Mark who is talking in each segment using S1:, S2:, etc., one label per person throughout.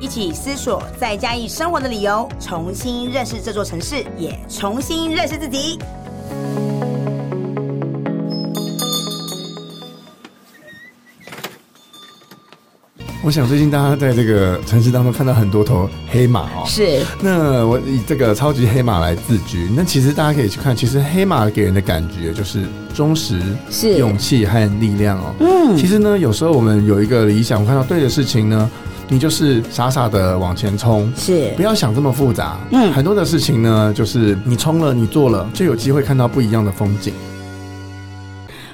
S1: 一起思索在嘉义生活的理由，重新认识这座城市，也重新认识自己。
S2: 我想最近大家在这个城市当中看到很多头黑马哦，
S1: 是
S2: 那我以这个超级黑马来自居。那其实大家可以去看，其实黑马给人的感觉就是忠实、
S1: 是
S2: 勇气和力量哦。嗯，其实呢，有时候我们有一个理想，我看到对的事情呢，你就是傻傻的往前冲。
S1: 是
S2: 不要想这么复杂，
S1: 嗯
S2: 很多的事情呢，就是你冲了，你做了，就有机会看到不一样的风景。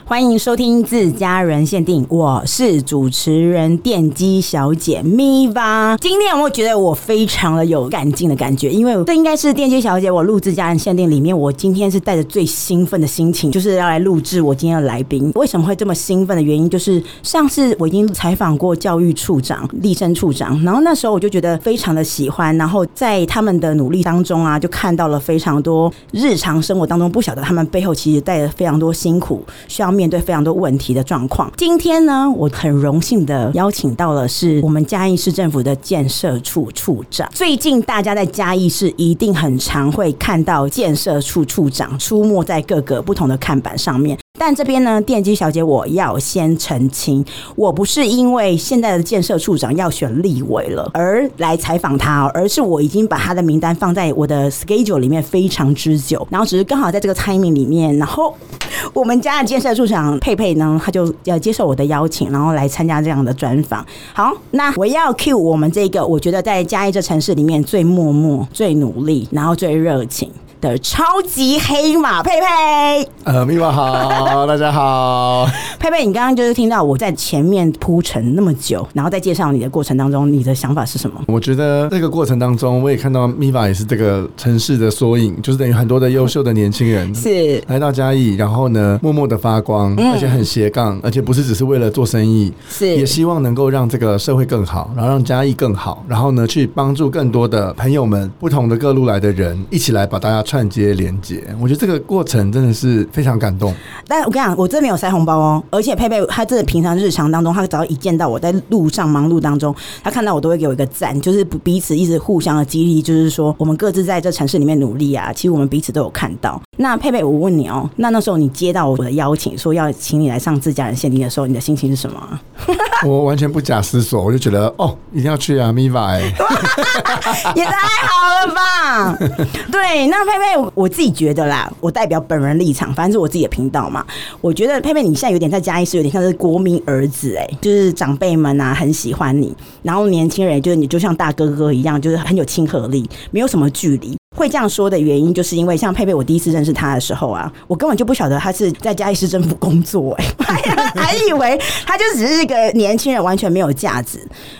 S1: 欢迎收听《自家人限定》，我是主持人电机小姐咪吧。今天有没有觉得我非常的有干劲的感觉？因为这应该是电机小姐我录《自家人限定》里面，我今天是带着最兴奋的心情，就是要来录制我今天的来宾。为什么会这么兴奋的原因，就是上次我已经采访过教育处长、立生处长，然后那时候我就觉得非常的喜欢，然后在他们的努力当中啊，就看到了非常多日常生活当中不晓得他们背后其实带着非常多辛苦，需要面对非常多问题的状况。今天呢，我很荣幸的邀请到了是我们嘉义市政府的建设处处长。最近大家在嘉义市一定很常会看到建设处处长出没在各个不同的看板上面。但这边呢，电机小姐，我要先澄清，我不是因为现在的建设处长要选立委了而来采访他、哦，而是我已经把他的名单放在我的 schedule 里面非常之久，然后只是刚好在这个 timing 里面，然后 我们家的建设处长佩佩呢，他就要接受我的邀请，然后来参加这样的专访。好，那我要 cue 我们这个，我觉得在嘉义这城市里面最默默、最努力，然后最热情的超级黑马佩佩。
S2: 呃，密码好，大家好。
S1: 佩佩，你刚刚就是听到我在前面铺陈那么久，然后在介绍你的过程当中，你的想法是什么？
S2: 我觉得这个过程当中，我也看到 Miva 也是这个城市的缩影，就是等于很多的优秀的年轻人
S1: 是嗯
S2: 来到嘉义，然后呢，默默的发光，而且很斜杠，而且不是只是为了做生意，也
S1: 是
S2: 希望能够让这个社会更好，然后让嘉义更好，然后呢，去帮助更多的朋友们，不同的各路来的人，一起来把大家串接连接。我觉得这个过程真的是非常 感动。
S1: 但我跟你讲，我真的没有塞红包哦。而且佩佩她真的平常日常当中，她只要一见到我在路上忙碌当中，她看到我都会给我一个赞，就是彼此一直互相的激励，就是说我们各自在这城市里面努力啊。其实我们彼此都有看到。那佩佩，我问你哦，那那时候你接到我的邀请，说要请你来上自家人限定的时候，你的心情是什么啊？
S2: 我完全不假思索，我就觉得哦，一定要去啊，Miva，、欸、
S1: 也太好了吧？对，那佩佩，我自己觉得啦，我代表本人立场，反正是我自己的频道嘛。我觉得佩佩，你现在有点在嘉义市，有点像是国民儿子哎、就是长辈们啊很喜欢你，然后年轻人就是你就像大哥哥一样，就是很有亲和力，没有什么距离。会这样说的原因，就是因为像佩佩，我第一次认识他的时候啊，我根本就不晓得他是在嘉义市政府工作、欸， 还以为他就只是一个年轻人，完全没有价值。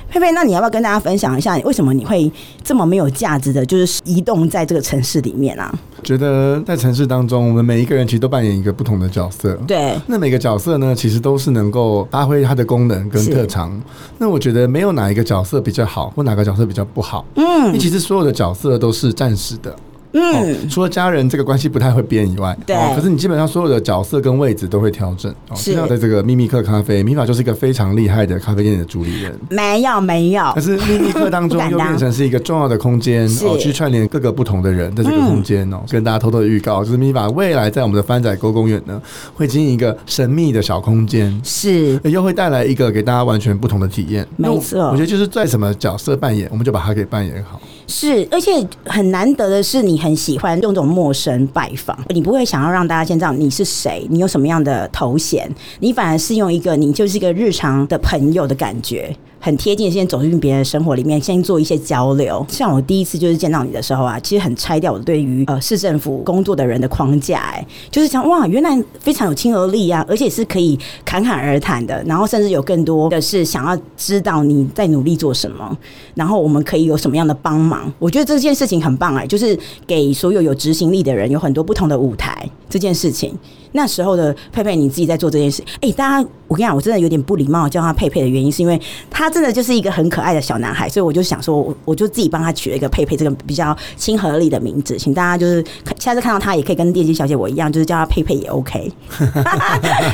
S1: 佩佩，那你要不要跟大家分享一下，为什么你会这么没有价值的，就是移动在这个城市里面啊？
S2: 觉得在城市当中，我们每一个人其实都扮演一个不同的角色。
S1: 对，
S2: 那每个角色呢，其实都是能够发挥它的功能跟
S1: 是
S2: 特长。那我觉得没有哪一个角色比较好，或哪个角色比较不好。嗯，因为其实所有的角色都是暂时的。嗯、除了家人这个关系不太会变以外，哦
S1: 对
S2: 可是你基本上所有的角色跟位置都会调整。哦，
S1: 是
S2: 就像在这个秘密客咖啡，米法就是一个非常厉害的咖啡店的主理人。
S1: 没有没有
S2: 可，是秘密课当中
S1: 不敢
S2: 又
S1: 当
S2: 变成是一个重要的空间
S1: 是嗯
S2: 哦，去串联各个不同的人在这个空间哦，跟大家偷偷的预告，就是米法未来在我们的番仔沟公园呢，会经营一个神秘的小空间。
S1: 是
S2: 又会带来一个给大家完全不同的体验，
S1: 没错
S2: 那我我觉得就是在什么角色扮演，我们就把它给扮演好。
S1: 是，而且很难得的是，你很喜欢用这种陌生拜访，你不会想要让大家先知道你是谁，你有什么样的头衔，你反而是用一个你就是一个日常的朋友的感觉。很贴近，先走进别人的生活里面，先做一些交流。像我第一次就是见到你的时候啊，其实很拆掉我对于呃市政府工作的人的框架、哎，就是想哇，原来非常有亲和力啊，而且是可以侃侃而谈的，然后甚至有更多的是想要知道你在努力做什么，然后我们可以有什么样的帮忙。我觉得这件事情很棒哎、就是给所有有执行力的人有很多不同的舞台这件事情。那时候的佩佩，你自己在做这件事，哎、大家，我跟你讲，我真的有点不礼貌叫他佩佩的原因，是因为他真的就是一个很可爱的小男孩，所以我就想说，我我就自己帮他取了一个佩佩这个比较亲和力的名字，请大家就是看下次看到他也可以跟电机小姐我一样，就是叫他佩佩也 OK。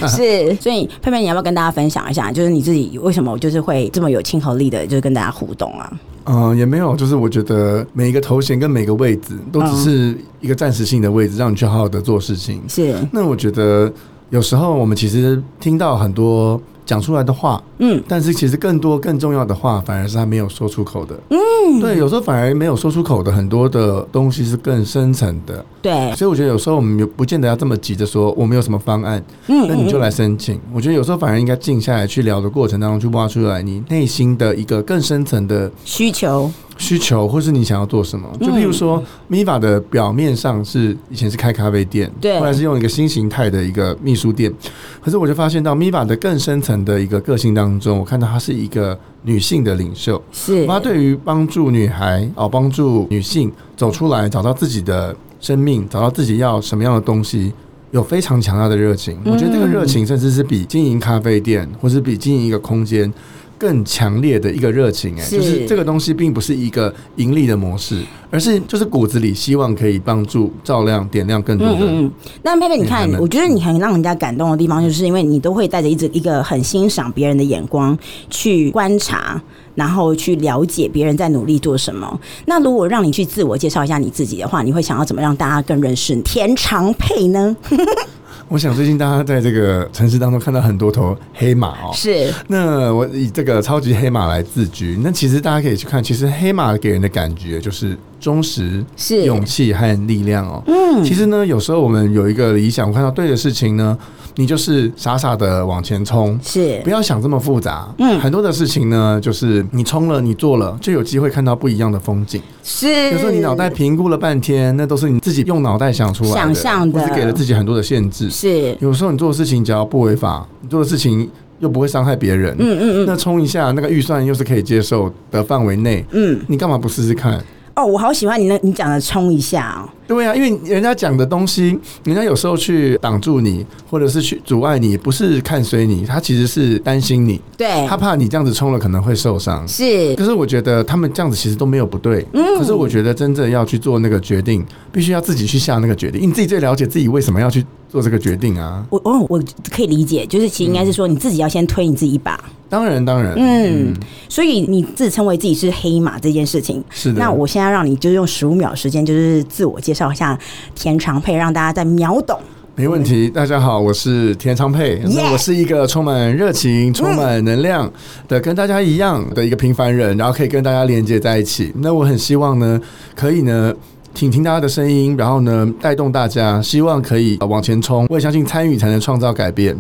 S1: 是，所以佩佩，你要不要跟大家分享一下，就是你自己为什么就是会这么有亲和力的，就是跟大家互动啊？
S2: 嗯，也没有，就是我觉得每一个头衔跟每个位置都
S1: 嗯
S2: 只是一个暂时性的位置，让你去好好的做事情。
S1: 是，
S2: 那我觉得有时候我们其实听到很多讲出来的话，
S1: 嗯，
S2: 但是其实更多更重要的话，反而是他没有说出口的。嗯，对，有时候反而没有说出口的很多的东西是更深层的。
S1: 对，
S2: 所以我觉得有时候我们也不见得要这么急着说我们有什么方案，
S1: 嗯
S2: 那你就来申请。我觉得有时候反而应该静下来去聊的过程当中，去挖出来你内心的一个更深层的
S1: 需求，
S2: 需求，或是你想要做什么。就譬如说，Miva 的表面上是以前是开咖啡店，
S1: 对
S2: 后来是用一个新形态的一个秘书店。可是我就发现到 Miva 的更深层的一个个性当中，我看到她是一个女性的领袖，
S1: 是，
S2: 她对于帮助女孩哦，帮助女性走出来，找到自己的生命，找到自己要什么样的东西。有非常强大的热情，
S1: 嗯
S2: 我觉得这个热情甚至是比经营咖啡店，或是比经营一个空间更强烈的一个热情、哎，
S1: 是
S2: 就是这个东西并不是一个盈利的模式，而是就是骨子里希望可以帮助照亮、点亮更多
S1: 嗯
S2: 的人。
S1: 嗯嗯，但佩佩，你
S2: 女孩
S1: 看，
S2: 们
S1: 我觉得你很让人家感动的地方，就是因为你都会带着一直一个很欣赏别人的眼光去观察，然后去了解别人在努力做什么。那如果让你去自我介绍一下你自己的话，你会想要怎么让大家更认识你田长佩呢？
S2: 我想最近大家在这个城市当中看到很多头黑马哦，
S1: 是
S2: 那我以这个超级黑马来自居，那其实大家可以去看，其实黑马给人的感觉就是忠实、
S1: 是
S2: 勇气和力量哦。嗯，其实呢，有时候我们有一个理想，我看到对的事情呢，你就是傻傻的往前冲。
S1: 是
S2: 不，要想这么复杂，
S1: 嗯
S2: 很多的事情呢，就是你冲了，你做了，就有机会看到不一样的风景。
S1: 是，
S2: 有时候你脑袋评估了半天，那都是你自己用脑袋想出来的，
S1: 想象的
S2: 或是给了自己很多的限制。
S1: 是，
S2: 有时候你做的事情只要不违法，你做的事情又不会伤害别人，
S1: 嗯嗯嗯
S2: 那冲一下那个预算又是可以接受的范围内，
S1: 嗯，
S2: 你干嘛不试试看？
S1: 哦，我好喜欢你那，你讲的冲一下哦，
S2: 对啊，因为人家讲的东西，人家有时候去挡住你，或者是去阻碍你，不是看随你，他其实是担心你，
S1: 对，
S2: 他怕你这样子冲了可能会受伤。
S1: 是
S2: 可是我觉得他们这样子其实都没有不对，
S1: 嗯
S2: 可是我觉得真正要去做那个决定，必须要自己去下那个决定，你自己最了解自己为什么要去做这个决定啊。
S1: 我哦，我可以理解，就是其实应
S2: 嗯
S1: 该是说你自己要先推你自己一把。
S2: 当然，当然，
S1: 嗯，所以你自称为自己是黑马这件事情，
S2: 是的。
S1: 那我现在让你就是用十五秒时间，就是自我介绍一下田长佩，让大家再秒懂。
S2: 没问题，大家好，我是田昌佩。
S1: Yeah
S2: 那我是一个充满热情、充满能量的，跟大家一样的一个平凡人，然后可以跟大家连接在一起。那我很希望呢，可以呢。请听大家的声音，然后呢，带动大家，希望可以呃往前冲。我也相信参与才能创造改变。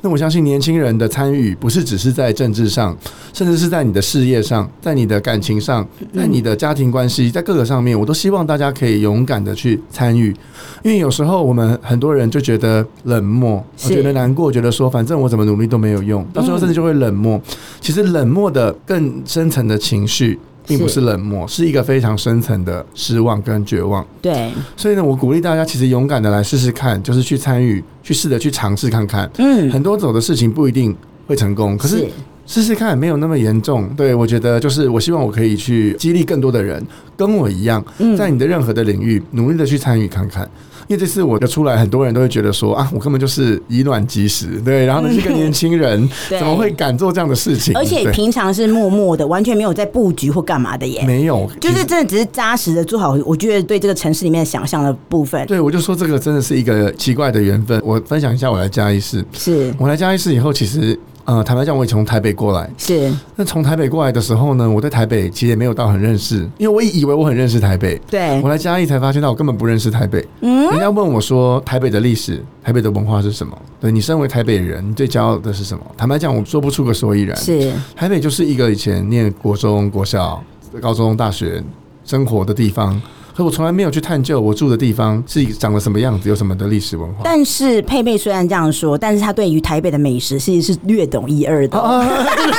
S2: 那我相信年轻人的参与，不是只是在政治上，甚至是在你的事业上，在你的感情上，在你的家庭关系，在各个上面，我都希望大家可以勇敢的去参与。因为有时候我们很多人就觉得冷漠，
S1: 是
S2: 觉得难过，觉得说反正我怎么努力都没有用，到时候甚至就会冷漠。其实冷漠的更深层的情绪，并不
S1: 是
S2: 是冷漠，是一个非常深层的失望跟绝望。
S1: 对，
S2: 所以呢，我鼓励大家其实勇敢的来试试看，就是去参与，去试着去尝试看看。
S1: 嗯，
S2: 很多走的事情不一定会成功，可是试试看没有那么严重。对我觉得就是我希望我可以去激励更多的人跟我一样，
S1: 嗯
S2: 在你的任何的领域努力的去参与看看。因为这次我的出来，很多人都会觉得说啊，我根本就是以卵击石，对，然后呢是一个年轻人，
S1: 对
S2: 怎么会敢做这样的事情？
S1: 而且
S2: 对
S1: 平常是默默的，完全没有在布局或干嘛的耶，
S2: 没有，
S1: 就
S2: 其
S1: 是
S2: 实
S1: 真的只是扎实的做好。我觉得对这个城市里面想象的部分
S2: 对我就说这个真的是一个奇怪的缘分。我分享一下我来嘉义市，
S1: 是
S2: 我来嘉义市以后，其实呃，坦白讲，我也从台北过来。
S1: 是
S2: 那从台北过来的时候呢，我对台北其实也没有到很认识，因为我以为我很认识台北。
S1: 对
S2: 我，来嘉义才发现到我根本不认识台北。
S1: 嗯，
S2: 人家问我说台北的历史、台北的文化是什么？对你身为台北人，你最骄傲的是什么？坦白讲，我说不出个所以然。
S1: 是
S2: 台北就是一个以前念国中、国小、高中、大学生活的地方，可我从来没有去探究我住的地方是长得什么样子，有什么的历史文化。
S1: 但是佩佩虽然这样说，但是他对于台北的美食其实是略懂一二的。
S2: 啊，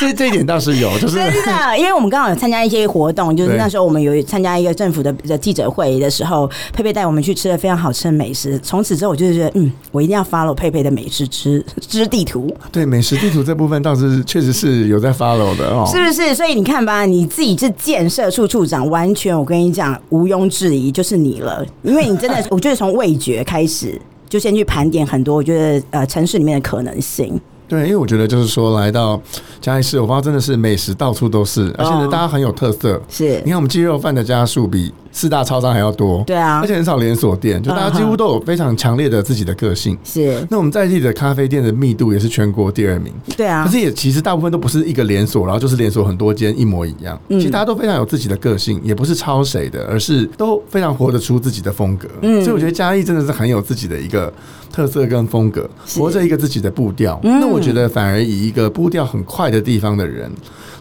S2: 这这一点倒是有， 就是
S1: 真的，因为我们刚好有参加一些活动，就是
S2: 对
S1: 那时候我们有参加一个政府的的记者会的时候，佩佩带我们去吃了非常好吃的美食。从此之后，我就觉得，嗯，我一定要 follow 佩佩的美食之之地图，
S2: 对美食地图这部分倒是确实是有在 follow 的哦。
S1: 是不是？所以你看吧，你自己是建设处处长，完全我跟你讲，毋庸置疑就是你了，因为你真的，我觉得从味觉开始。就先去盘点很多，我觉得呃城市里面的可能性，
S2: 对，因为我觉得就是说，来到嘉义市，我发现真的是美食到处都是，而且呢，
S1: 嗯
S2: 大家很有特色。
S1: 是
S2: 你看，我们鸡肉饭的家数比四大超商还要多，
S1: 对啊嗯
S2: 而且很少连锁店，就大家几乎都有非常强烈的自己的个性。
S1: 是，
S2: 那我们在地的咖啡店的密度也是全国第二名，
S1: 对啊，
S2: 可是也其实大部分都不是一个连锁，然后就是连锁很多间一模一样。
S1: 嗯
S2: 其实大家都非常有自己的个性，也不是抄谁的，而是都非常活得出自己的风格。
S1: 嗯
S2: 所以我觉得嘉义真的是很有自己的一个特色跟风格，
S1: 是
S2: 活着一个自己的步调。
S1: 嗯
S2: 那我觉得反而以一个步调很快的地方的人。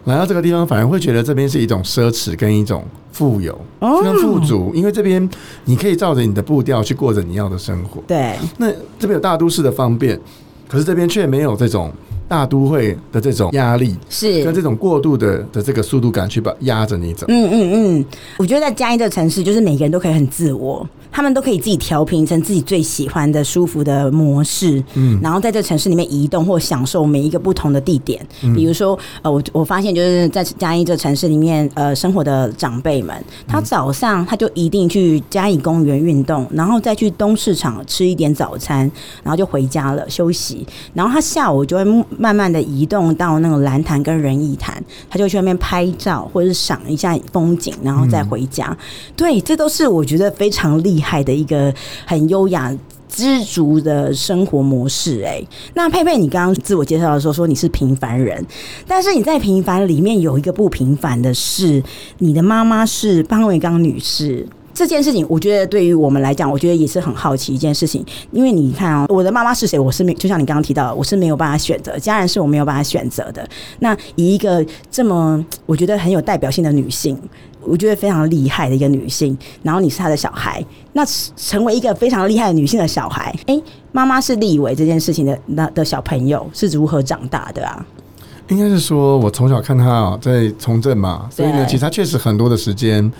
S2: 来到这个地方，反而会觉得这边是一种奢侈跟一种富有，
S1: 哦
S2: 跟富足，因为这边你可以照着你的步调去过着你要的生活。
S1: 对，
S2: 那这边有大都市的方便，可是这边却没有这种大都会的这种压力，
S1: 是
S2: 跟这种过度的的这个速度感去把压着你走。
S1: 嗯嗯嗯，我觉得在嘉义这个城市，就是每个人都可以很自我，他们都可以自己调频成自己最喜欢的、舒服的模式，嗯，然后在这个城市里面移动或享受每一个不同的地点。比如说，呃，我我发现就是在嘉义这个城市里面，呃，生活的长辈们，他早上他就一定去嘉义公园运动，然后再去东市场吃一点早餐，然后就回家了休息，然后他下午就会慢慢的移动到那个蓝潭跟仁义潭，他就去那边拍照或者是赏一下风景，然后再回家。对，这都是我觉得非常厉害的一个很优雅。知足的生活模式、哎，那佩佩，你刚刚自我介绍的时候说你是平凡人，但是你在平凡里面有一个不平凡的是，你的妈妈是邦维刚女士。这件事情，我觉得对于我们来讲，我觉得也是很好奇一件事情，因为你看哦，我的妈妈是谁，我是没，就像你刚刚提到的，我是没有办法选择，家人是我没有办法选择的。那以一个这么我觉得很有代表性的女性，我觉得非常厉害的一个女性，然后你是她的小孩，那成为一个非常厉害的女性的小孩，诶，妈妈是立伟这件事情的那的小朋友是如何长大的啊？
S2: 应该是说，我从小看他哦在从政嘛，所以
S1: 对
S2: 呢，其实他确实很多的时间。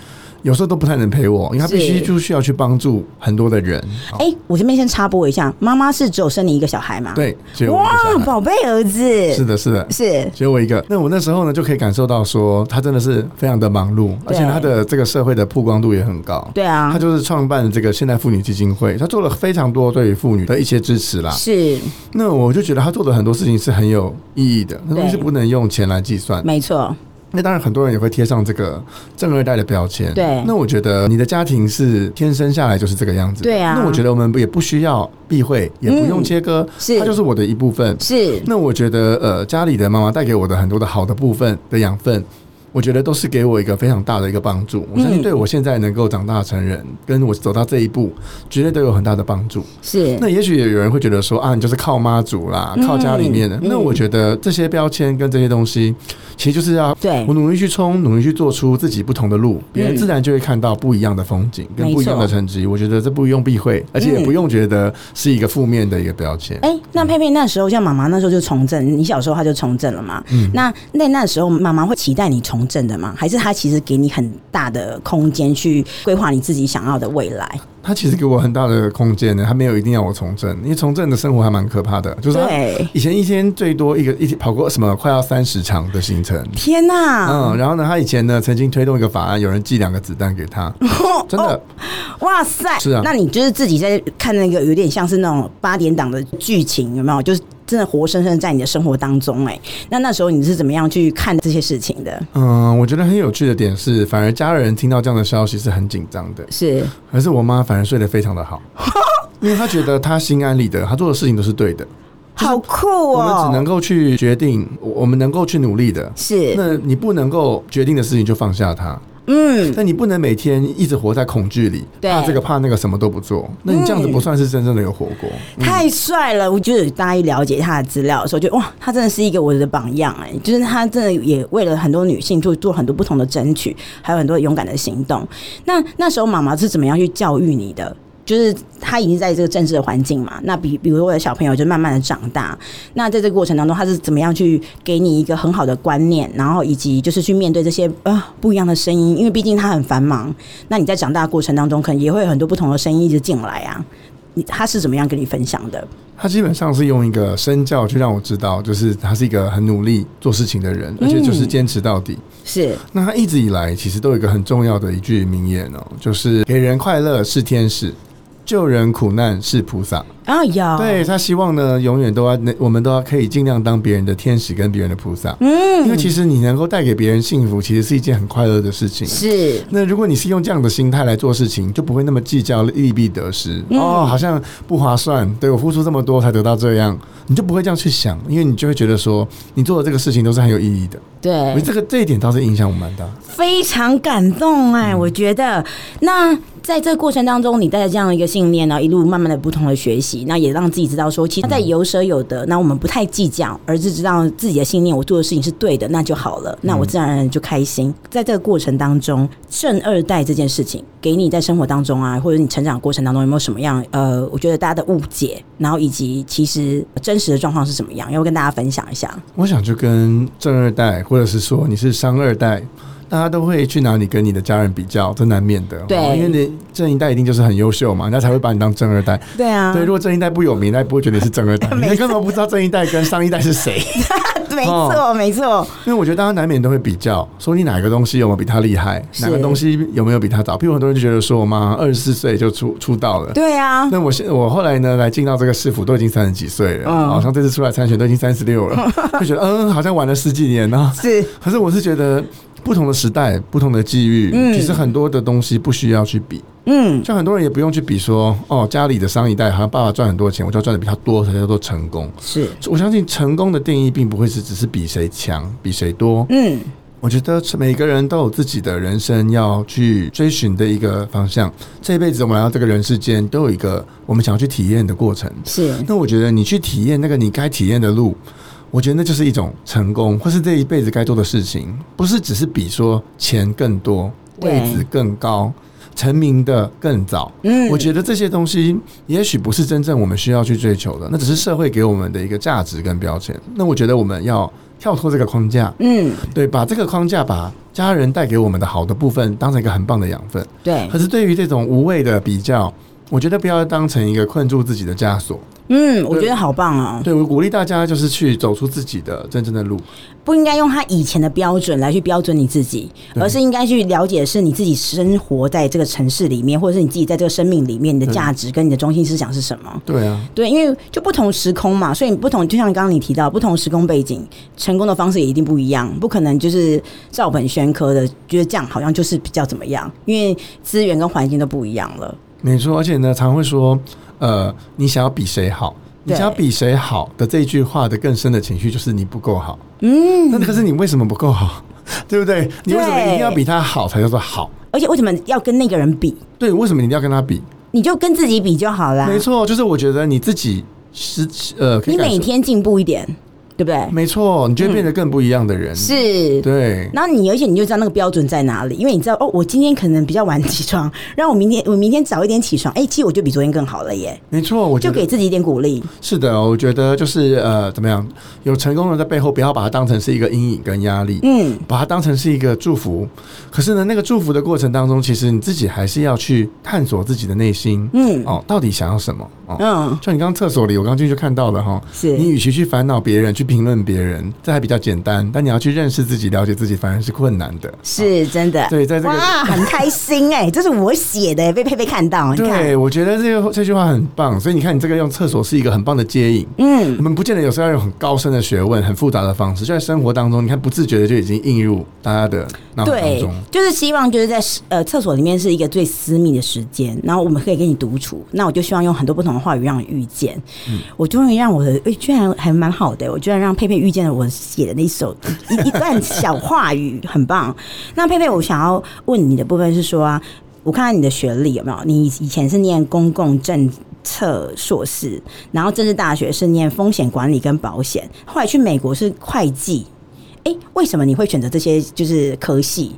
S2: 有时候都不太能陪我，因为他必须
S1: 是
S2: 就需要去帮助很多的人。
S1: 哎、我这边先插播一下，妈妈是只有生你一个小孩嘛？，
S2: 对，只有我
S1: 哇
S2: 一个小，孩
S1: 宝贝儿子
S2: 是的，是的，
S1: 是
S2: 只有我一个。那我那时候呢，就可以感受到说，他真的是非常的忙碌，而且
S1: 对
S2: 他的这个社会的曝光度也很高。
S1: 对
S2: 他
S1: 啊，
S2: 就是创办这个现代妇女基金会，他做了非常多对于妇女的一些支持啦。
S1: 是
S2: 那我就觉得他做的很多事情是很有意义的，那东西
S1: 对
S2: 是不能用钱来计算。
S1: 没错，
S2: 那当然，很多人也会贴上这个正二代的标签。
S1: 对
S2: 那我觉得你的家庭是天生下来就是这个样子。
S1: 对啊嗯
S2: 那我觉得我们也不需要避讳，也不用切割，
S1: 是
S2: 它就是我的一部分。
S1: 是
S2: 那我觉得，呃，家里的妈妈带给我的很多的好的部分的养分，我觉得都是给我一个非常大的一个帮
S1: 嗯
S2: 助。我相信对我现在能够长大成人，跟我走到这一步，绝对都有很大的帮助。
S1: 是
S2: 那也许有人会觉得说啊，你就是靠妈祖啦，
S1: 嗯
S2: 靠家里面的。
S1: 嗯
S2: 那我觉得这些标签跟这些东西，其实就是要。
S1: 对
S2: 我，努力去冲，努力去做出自己不同的路，别人
S1: 嗯
S2: 自然就会看到不一样的风景跟
S1: 没
S2: 不一样的
S1: 错嗯
S2: 成绩。我觉得这不用避讳，而且也不用觉得是一个负面的一个标签。
S1: 哎、那佩佩那时候像妈妈那时候就从政，你小时候她就从政了嘛？
S2: 嗯
S1: 那那那时候妈妈会期待你从政的吗？还是她其实给你很大的空间去规划你自己想要的未来？
S2: 他其实给我很大的空间呢，他没有一定要我从政，因为从政的生活还蛮可怕的，就是他
S1: 对，
S2: 以前一天最多一个一天跑过什么快要三十场的行程。
S1: 天哪、
S2: 嗯，然后呢，他以前呢曾经推动一个法案，有人寄两个子弹 给他，真的，
S1: 哇塞！
S2: 是啊
S1: 那你就是自己在看那个有点像是那种八点档的剧情，有没有？就是真的活生生在你的生活当中、哎，那那时候你是怎么样去看这些事情的？
S2: 嗯，我觉得很有趣的点是，反而家人听到这样的消息是很紧张的，
S1: 是
S2: 可 是我妈反而睡得非常的好，因为她觉得她心安理得，她做的事情都是对的，
S1: 好酷
S2: 我们只能
S1: 哦！
S2: 够去决定，我我们能够去努力的。
S1: 是，
S2: 那你不能够决定的事情就放下它，
S1: 嗯，
S2: 那你不能每天一直活在恐惧里，
S1: 对嗯
S2: 怕这个怕那个什么都不做，那你这样子不算是真正的有活过。
S1: 太帅了！我就是大家一了解他的资料的时候，就哇，他真的是一个我的榜样哎、就是他真的也为了很多女性做做很多不同的争取，还有很多勇敢的行动。那那时候妈妈是怎么样去教育你的？就是他已经在这个政治的环境嘛，那比比如说我的小朋友就慢慢的长大，那在这个过程当中，他是怎么样去给你一个很好的观念，然后以及就是去面对这些呃不一样的声音，因为毕竟他很繁忙，那你在长大的过程当中，可能也会有很多不同的声音一直进来啊。你他是怎么样跟你分享的？
S2: 他基本上是用一个身教去让我知道，就是他是一个很努力做事情的人，
S1: 嗯
S2: 而且就是坚持到底。
S1: 是
S2: 那他一直以来其实都有一个很重要的一句名言哦，就是给人快乐是天使，救人苦难是菩萨。
S1: 啊，有
S2: 对他希望呢，永远都要，我们都要可以尽量当别人的天使跟别人的菩萨。嗯，因为其实你能够带给别人幸福，其实是一件很快乐的事情。
S1: 是
S2: 那如果你是用这样的心态来做事情，就不会那么计较利弊得失、
S1: 嗯
S2: 哦，好像不划算，对我付出这么多才得到这样，你就不会这样去想，因为你就会觉得说，你做的这个事情都是很有意义的。我
S1: 对
S2: 觉得，这个这一点倒是影响我蛮大。
S1: 非常感动哎、我觉得那。在这个过程当中，你带着这样一个信念，然后一路慢慢的不同的学习，那也让自己知道说，其实在有舍有得，那我们不太计较，而是知道自己的信念，我做的事情是对的，那就好了，那我自然而然就开心。在这个过程当中，正二代这件事情，给你在生活当中啊，或者你成长过程当中有没有什么样呃，我觉得大家的误解，然后以及其实真实的状况是什么样，要不要跟大家分享一下？
S2: 我想就跟正二代，或者是说你是商二代，大家都会去拿你跟你的家人比较，这难免的。
S1: 对
S2: 哦因为你正一代一定就是很优秀嘛，人家才会把你当正二代。
S1: 对啊
S2: 对，如果正一代不有名，那不会觉得你是正 二代，你根本不知道正一代跟上一代是谁。
S1: 没错，没错，
S2: 因为我觉得大家难免都会比较，说你哪个东西有没有比他厉害，
S1: 是
S2: 哪个东西有没有比他早。譬如很多人就觉得说，我妈二十四岁就出出道了。
S1: 对啊，
S2: 那我现我后来呢，来进到这个市府都已经三十几岁了，
S1: 嗯
S2: 好、像这次出来参选都已经三十六 了，就觉得嗯，好像玩了十几年呢、啊
S1: 是
S2: 可是我是觉得，不同的时代、不同的际遇，
S1: 嗯
S2: 其实很多的东西不需要去比。
S1: 嗯，
S2: 像很多人也不用去比说，哦，家里的上一代好像爸爸赚很多钱，我就要赚的比他多才叫做成功。
S1: 是，
S2: 我相信成功的定义并不会是只是比谁强、比谁多。
S1: 嗯，
S2: 我觉得每个人都有自己的人生要去追寻的一个方向。这一辈子我们来到这个人世间，都有一个我们想要去体验的过程。
S1: 是，
S2: 那我觉得你去体验那个你该体验的路，我觉得那就是一种成功，或是这一辈子该做的事情，不是只是比说钱更多、
S1: 对
S2: 位子更高、成名的更早。
S1: 嗯，
S2: 我觉得这些东西也许不是真正我们需要去追求的，那只是社会给我们的一个价值跟标签。那我觉得我们要跳脱这个框架，
S1: 嗯，
S2: 对，把这个框架把。家人带给我们的好的部分，当成一个很棒的养分。
S1: 对
S2: 可，是对于这种无谓的比较，我觉得不要当成一个困住自己的枷锁。
S1: 嗯，我觉得好棒哦，
S2: 对，我鼓励大家就是去走出自己的真正的路。
S1: 不应该用他以前的标准来去标准你自己，而是应该去了解是你自己生活在这个城市里面，或者是你自己在这个生命里面，你的价值跟你的中心思想是什么。
S2: 对啊，
S1: 对，因为就不同时空嘛，所以不同，就像刚刚你提到，不同时空背景，成功的方式也一定不一样，不可能就是照本宣科的，觉得这样好像就是比较怎么样，因为资源跟环境都不一样了。
S2: 没错。而且呢，常会说，呃，你想要比谁好，你
S1: 对
S2: 想要比谁好的这句话的更深的情绪就是你不够好。嗯，那可是你为什么不够好？ 对不对？你为什么一定要比他好才叫做好？
S1: 而且为什么要跟那个人比？
S2: 对，为什么你一定要跟他比？
S1: 你就跟自己比就好啦。
S2: 没错，就是我觉得你自己是呃，
S1: 啊
S2: 可以
S1: 你
S2: 感受
S1: 每天进步一点，对不对？
S2: 没错，你就会变得更不一样的人。
S1: 是。
S2: 对，
S1: 然后你，而且你就知道那个标准在哪里，因为你知道哦，我今天可能比较晚起床，然后我明天我明天早一点起床，哎，其实我就比昨天更好了耶，
S2: 没错，我觉
S1: 就
S2: 得
S1: 给自己一点鼓励。
S2: 是的，我觉得就是呃，怎么样？有成功人在背后，不要把它当成是一个阴影跟压力，
S1: 嗯，
S2: 把它当成是一个祝福。可是呢，那个祝福的过程当中，其实你自己还是要去探索自己的内心，
S1: 嗯
S2: 哦，到底想要什么？哦，
S1: 嗯，
S2: 就你刚刚厕所里，我刚进去就看到了哈、
S1: 是
S2: 你与其去烦恼别人、去评论别人，这还比较简单，但你要去认识自己、了解自己，反而是困难的。
S1: 是真的。
S2: 对在这个
S1: 哇，很开心哎，这是我写的，被佩佩看到，你看，
S2: 对，我觉得这个这句话很棒，所以你看，你这个用厕所是一个很棒的接引。
S1: 嗯，
S2: 我们不见得有时候要用很高深的学问、很复杂的方式，就在生活当中，你看不自觉的就已经映入大家的脑海啊当
S1: 对
S2: 中。，
S1: 就是希望就是在呃厕所里面是一个最私密的时间，然后我们可以跟你独处。那我就希望用很多不同的的话语让你遇见。
S2: 嗯
S1: 我终于让我的，诶，居然还蛮好的，我居然让佩佩遇见了我写的那首一一段小话语，很棒。 那佩佩，我想要问你的部分是说啊，我看看你的学历有没有？你以前是念公共政策硕士，然后政治大学是念风险管理跟保险，后来去美国是会计。哎、为什么你会选择这些就是科系？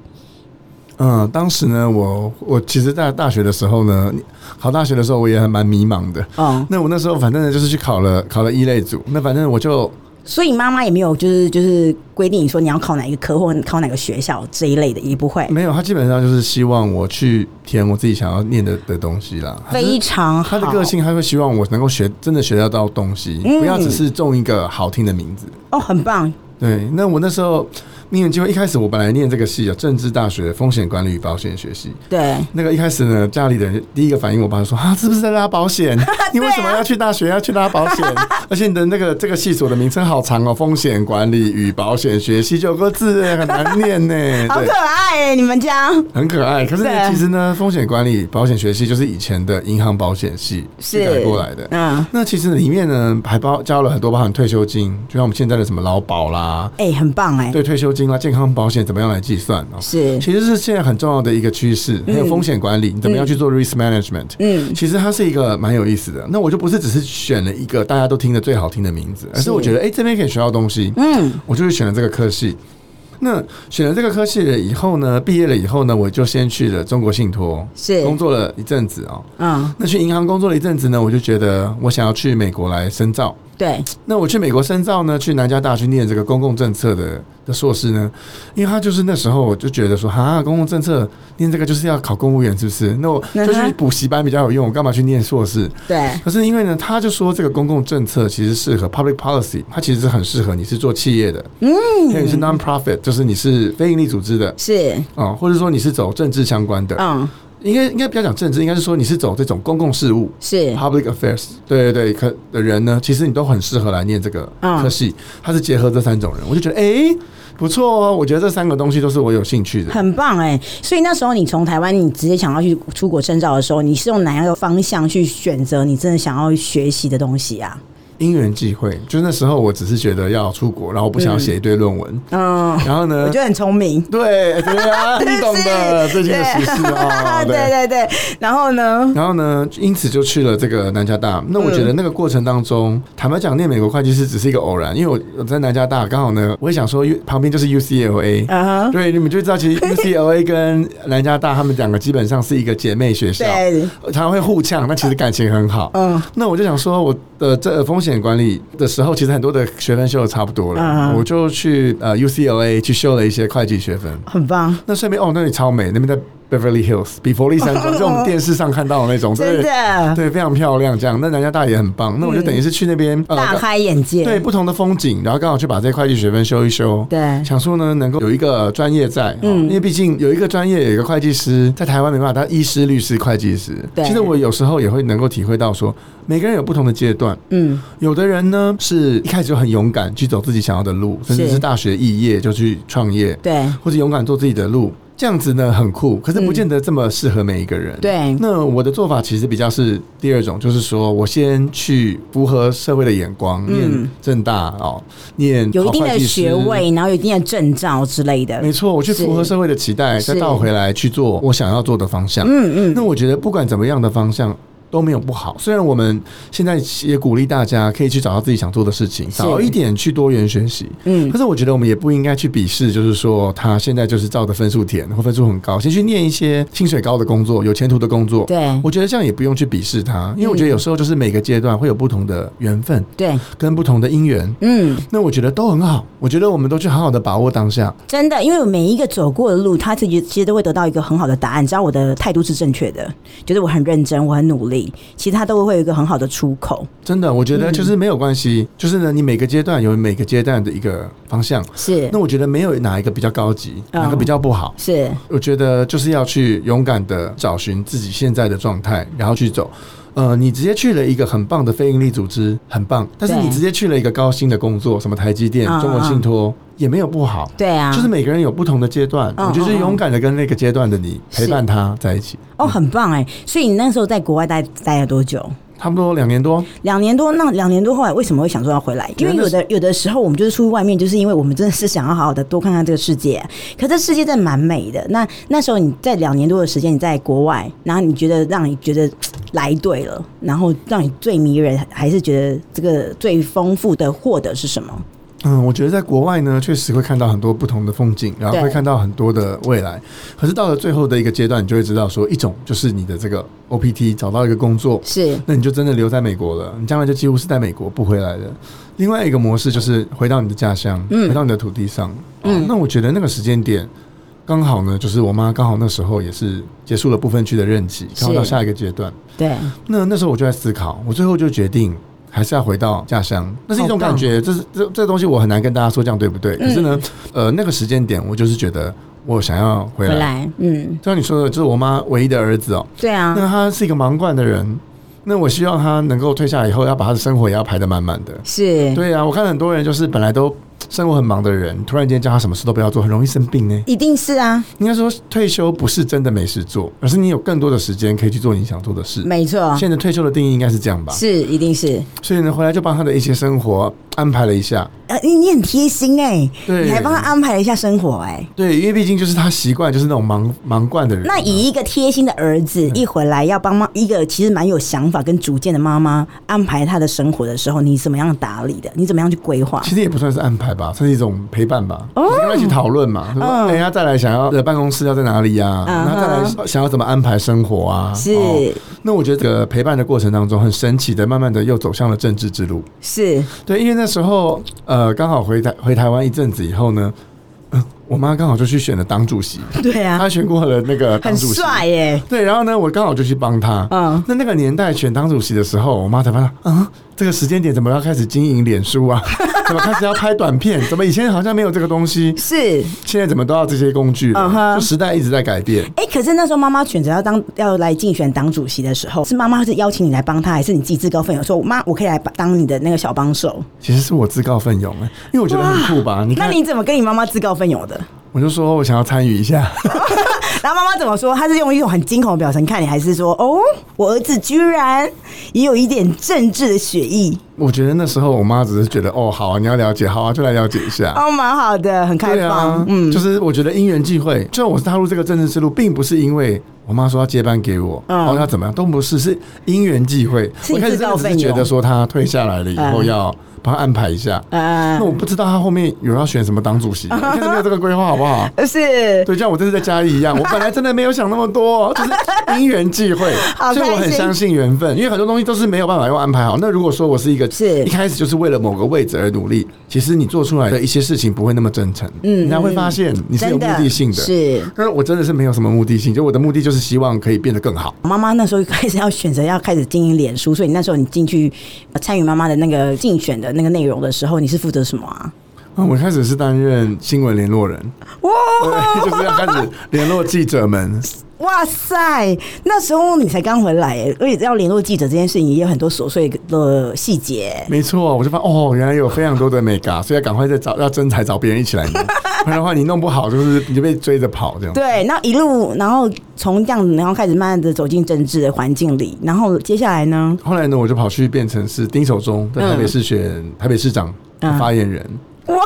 S2: 嗯，当时呢，我我其实在大学的时候呢，考大学的时候我也还蛮迷茫的。
S1: 哦，
S2: 那我那时候反正呢就是去考了考了一类组，那反正我就
S1: 所以妈妈也没有就是就是规定你说你要考哪一个科或考哪个学校这一类的，也不会。
S2: 没有，他基本上就是希望我去填我自己想要念的的东西啦。他
S1: 非常好，
S2: 他的个性，他会希望我能够学，真的学得到东西，
S1: 嗯
S2: 不要只是中一个好听的名字。
S1: 哦，很棒，
S2: 对，那我那时候因为机会，一开始我本来念这个系啊，政治大学风险管理与保险学系。
S1: 对，
S2: 那个一开始呢，家里的人第一个反应，我爸就说啊，是不是在拉保险？你为
S1: 啊
S2: 什么要去大学要去拉保险？ 而且你的那个这个系所的名称好长哦，风险管理与保险学系九个字欸很难念呢。
S1: 好
S2: 对
S1: 可，爱耶、你们家
S2: 很可爱。可是
S1: 对
S2: 其实呢，风险管理保险学系就是以前的银行保险系
S1: 是
S2: 改过来的。
S1: 嗯，
S2: 那其实里面呢，还包教了很多包含退休金，就像我们现在的什么劳保啦，
S1: 哎、很棒哎、
S2: 对退休金啦、健康保险怎么样来计算哦。
S1: 是，
S2: 其实是现在很重要的一个趋势，还有风险管理，你怎么样去做 risk management？
S1: 嗯，
S2: 其实它是一个蛮有意思的。那我就不是只是选了一个大家都听的最好听的名字，而是我觉得哎、诶这边可以学到东西，
S1: 嗯，
S2: 我就去选了这个科系。那选了这个科系了以后呢，毕业了以后呢，我就先去了中国信托，
S1: 是
S2: 工作了一阵子哦。
S1: 嗯，
S2: 那去银行工作了一阵子呢，我就觉得我想要去美国来深造。
S1: 对，
S2: 那我去美国深造呢，去南加大去念这个公共政策的的硕士呢，因为他就是那时候我就觉得说，哈，公共政策念这个就是要考公务员，是不是？那我
S1: 嗯哼
S2: 就去补习班比较有用，我干嘛去念硕士？
S1: 对，
S2: 可是因为呢，他就说这个公共政策其实适合 public policy，它其实是很适合你是做企业的，嗯，你是 non-profit，就是你是非营利组织的
S1: 是，
S2: 啊、或者说你是走政治相关的，
S1: 嗯，
S2: 应该应该不要讲政治，应该是说你是走这种公共事务，
S1: 是，
S2: public affairs，对对对，可的人呢，其实你都很适合来念这个
S1: 嗯
S2: 科系，它是结合这三种人，我就觉得哎、不错哦，我觉得这三个东西都是我有兴趣的。
S1: 很棒哎、所以那时候你从台湾，你直接想要去出国深造的时候，你是用哪样的方向去选择你真的想要学习的东西啊？
S2: 因缘际会，就那时候我只是觉得要出国，然后我不想要写一堆论文，
S1: 嗯，
S2: 然后
S1: 我
S2: 呢
S1: 觉。得很聪明。
S2: 对对 啊，你懂的，最近的时事啊，
S1: 对对对，然后呢？
S2: 然后呢，因此就去了这个南加大。那我觉
S1: 嗯
S2: 得那个过程当中，坦白讲，念美国会计师只是一个偶然，因为我我在南加大刚好呢，我也想说旁边就是 UCLA，
S1: 啊哈，
S2: 对，你们就知 道，其实 UCLA 跟南加大他们两个基本上是一个姐妹学校，
S1: 对，
S2: 常常会互呛，但其实感情很好。
S1: 嗯，
S2: 那我就想说，我的这风险管理的时候，其实很多的学分修的差不多了
S1: 嗯，
S2: 我就去呃 UCLA 去修了一些会计学分。
S1: 很棒，
S2: 那顺便哦，那里超美，那边在 Beverly Hills，比佛利山庄，就我们电视上看到的那种，
S1: 真
S2: 对
S1: 的
S2: 对，非常漂亮。这样，那南加大也很棒。那我就等于是去那边呃
S1: 大开眼界。
S2: 对不同的风景，然后刚好去把这会计学分修一修。
S1: 对
S2: 想说呢，能够有一个专业在，嗯，因为毕竟有一个专业，有一个会计师，在台湾没办法，他医师、律师、会计师。
S1: 对
S2: 其实我有时候也会能够体会到说，每个人有不同的阶段，
S1: 嗯，
S2: 有的人呢是一开始就很勇敢去走自己想要的路，甚至
S1: 是
S2: 是大学肄业就去创业，
S1: 对
S2: 或者勇敢做自己的路，这样子呢很酷，可是不见得这么适合每一个人。
S1: 嗯对，
S2: 那我的做法其实比较是第二种，就是说我先去符合社会的眼光，念正大哦，念
S1: 嗯有一定
S2: 好
S1: 的
S2: 会计师
S1: 学位，然后有一定的证照之类的。
S2: 没错，我去符合社会的期待，
S1: 是
S2: 再倒回来去做我想要做的方向。
S1: 嗯
S2: 那我觉得不管怎么样的方向。都没有不好，虽然我们现在也鼓励大家可以去找到自己想做的事情，早一点去多元学习。
S1: 嗯
S2: 可是我觉得我们也不应该去鄙视，就是说他现在就是照着分数填或分数很高，先去念一些薪水高的工作、有前途的工作
S1: 嗯，。对
S2: 我觉得这样也不用去鄙视他，因为我觉得有时候就是每个阶段会有不同的缘分
S1: 对，
S2: 跟不同的因缘，
S1: 嗯，
S2: 那我觉得都很好。我觉得我们都去好好的把握当下。
S1: 真的，因为每一个走过的路，他自己其实都会得到一个很好的答案。只要我的态度是正确的，觉得我很认真，我很努力，其实他都会有一个很好的出口。
S2: 真的，我觉得就是没有关系，就是呢，你每个阶段有每个阶段的一个方向。
S1: 是
S2: 那我觉得没有哪一个比较高级，
S1: 嗯
S2: 哪个比较不好。
S1: 是，
S2: 我觉得就是要去勇敢的找寻自己现在的状态，然后去走。呃，你直接去了一个很棒的非营利组织，很棒，但是
S1: 对
S2: 你直接去了一个高薪的工作，什么台积电
S1: 嗯、
S2: 中国信托，也没有不好。
S1: 对啊，
S2: 就是每个人有不同的阶段，
S1: 嗯
S2: 我就是勇敢的跟那个阶段的你
S1: 是
S2: 陪伴他在一起。
S1: 欸哦，很棒哎。所以你那时候在国外待待了多久？
S2: 差不多两年多。
S1: 两年多，那两年多后来为什么会想说要回来？因为有的有的时候我们就是出去外面，就是因为我们真的是想要好好的多看看这个世界。可这世界真的蛮美的。那那时候你在两年多的时间你在国外，然后你觉得让你觉得嘖来对了，然后让你最迷人，还是觉得这个最丰富的获得是什么？
S2: 嗯，我觉得在国外呢，确实会看到很多不同的风景，然后
S1: 对
S2: 会看到很多的未来。可是到了最后的一个阶段，你就会知道说，一种就是你的这个 OPT 找到一个工作，
S1: 是
S2: 那你就真的留在美国了，你将来就几乎是在美国不回来的。另外一个模式就是回到你的家乡，
S1: 嗯
S2: 回到你的土地上。
S1: 嗯
S2: 嗯，那我觉得那个时间点刚好呢，就是我妈刚好那时候也是结束了部分区的任期，
S1: 是
S2: 然后到下一个阶段。
S1: 对，
S2: 那那时候我就在思考，我最后就决定还是要回到家乡，那是一种
S1: 好棒嗯
S2: 感觉，这是这这东西我很难跟大家说这样对不对？可是呢，呃，那个时间点我就是觉得我想要回
S1: 回
S2: 来。
S1: 来，嗯，
S2: 就像你说的，就是我妈唯一的儿子哦、
S1: 对啊，
S2: 那他是一个忙惯的人，那我希望他能够退下以后，要把他的生活也要排得满满的。
S1: 嗯是
S2: 对啊，我看很多人就是本来都生活很忙的人，突然间叫他什么事都不要做，很容易生病呢。
S1: 一定是啊，
S2: 应该说，退休不是真的没事做，而是你有更多的时间可以去做你想做的事。
S1: 没错，
S2: 现在退休的定义应该是这样吧？
S1: 嗯是一定是。
S2: 所以呢，回来就帮他的一些生活安排了一下。
S1: 呃，你你很贴心哎、
S2: 对
S1: 你还帮他安排了一下生活哎、
S2: 对，因为毕竟就是他习惯就是那种忙忙惯的人。
S1: 那以一个贴心的儿子
S2: 嗯
S1: 一回来要帮妈一个其实蛮有想法跟主见的妈妈安排他的生活的时候，你怎么样打理的？你怎么样去规划？
S2: 其实也不算是安排吧，算是一种陪伴吧。
S1: 哦
S2: 就是跟他一起讨论嘛，说
S1: 嗯
S2: 哎呀，再来想要的办公室要在哪里呀、
S1: 嗯哼
S2: 那再来想要怎么安排生活啊？
S1: 是、
S2: 哦那我觉得这个陪伴的过程当中，很神奇的，慢慢的又走向了政治之路。
S1: 是，
S2: 对，因为那时候呃，刚好回台回台湾一阵子以后呢，嗯我妈刚好就去选了党主席，
S1: 对啊，
S2: 她选过了那个党
S1: 很
S2: 主席。
S1: 帅耶、
S2: 对，然后呢，我刚好就去帮她。
S1: 嗯，
S2: 那那个年代选党主席的时候，我妈才发现，啊，这个时间点怎么要开始经营脸 书啊？怎么开始要拍短片？怎么以前好像没有这个东西，
S1: 是。
S2: 现在怎么都要这些工具了
S1: 嗯哼
S2: 就时代一直在改变。
S1: 哎、可是那时候妈妈选择要当要来竞选党主席的时候，是妈妈是邀请你来帮她，还是你自己自告奋勇说妈我可以来帮当你的那个小帮手？
S2: 其实是我自告奋勇哎、因为我觉得很酷吧？你
S1: 那
S2: 看，
S1: 你怎么跟你妈妈自告奋勇的？
S2: 我就说我想要参与一下，
S1: 然后妈妈怎么说？她是用一种很惊恐的表情看你，还是说哦，我儿子居然也有一点政治的血液？
S2: 我觉得那时候我妈只是觉得哦，好啊，你要了解，好啊，就来了解一下。
S1: 哦，蛮好的，很开
S2: 对
S1: 放，
S2: 啊，
S1: 嗯，
S2: 就是我觉得因缘际会，就我踏入这个政治之路，并不是因为我妈说要接班给我，
S1: 嗯
S2: 然后要怎么样，都不是，是因缘际会。
S1: 是你
S2: 我一开始真的只是觉得说她退下来了以后
S1: 嗯
S2: 要帮她安排一下，
S1: 呃
S2: 那我不知道她后面有要选什么党 主席，一开始没有这个规划，好不好？
S1: 是
S2: 对，像我这次在嘉义一样，我本来真的没有想那么多，哦就是因缘际会
S1: 好，
S2: 所以我
S1: 开
S2: 很
S1: 心
S2: 相信缘分，因为很多东西都是没有办法用安排好。那如果说我是一个
S1: 是
S2: 一开始就是为了某个位置而努力，其实你做出来的一些事情不会那么真诚，
S1: 嗯
S2: 人家会发现你是有
S1: 真
S2: 目的性的。
S1: 是。
S2: 但是我真的是没有什么目的性，就我的目的就是希望可以变得更好。
S1: 妈妈那时候开始要选择要开始经营脸书，所以你那时候你进去呃参与妈妈的那个竞选的那个内容的时候，你是负责什么啊？
S2: 嗯，我开始是担任新闻联络人，
S1: 哇
S2: 对，就是要开始联络记者们。
S1: 哇塞！那时候你才刚回来耶，而且要联络记者这件事情也有很多琐碎的细节。
S2: 没错，我就发现哦，原来有非常多的美嘎，所以要赶快再找要真才找别人一起 来弄，不然的话你弄不好就是你就被追着跑这样。
S1: 对，那一路，然后从这样子，然后开始慢慢的走进政治的环境里，然后接下来呢？
S2: 后来呢，我就跑去变成是丁守中，在台北市选台北市长
S1: 嗯
S2: 发言人。
S1: 哇，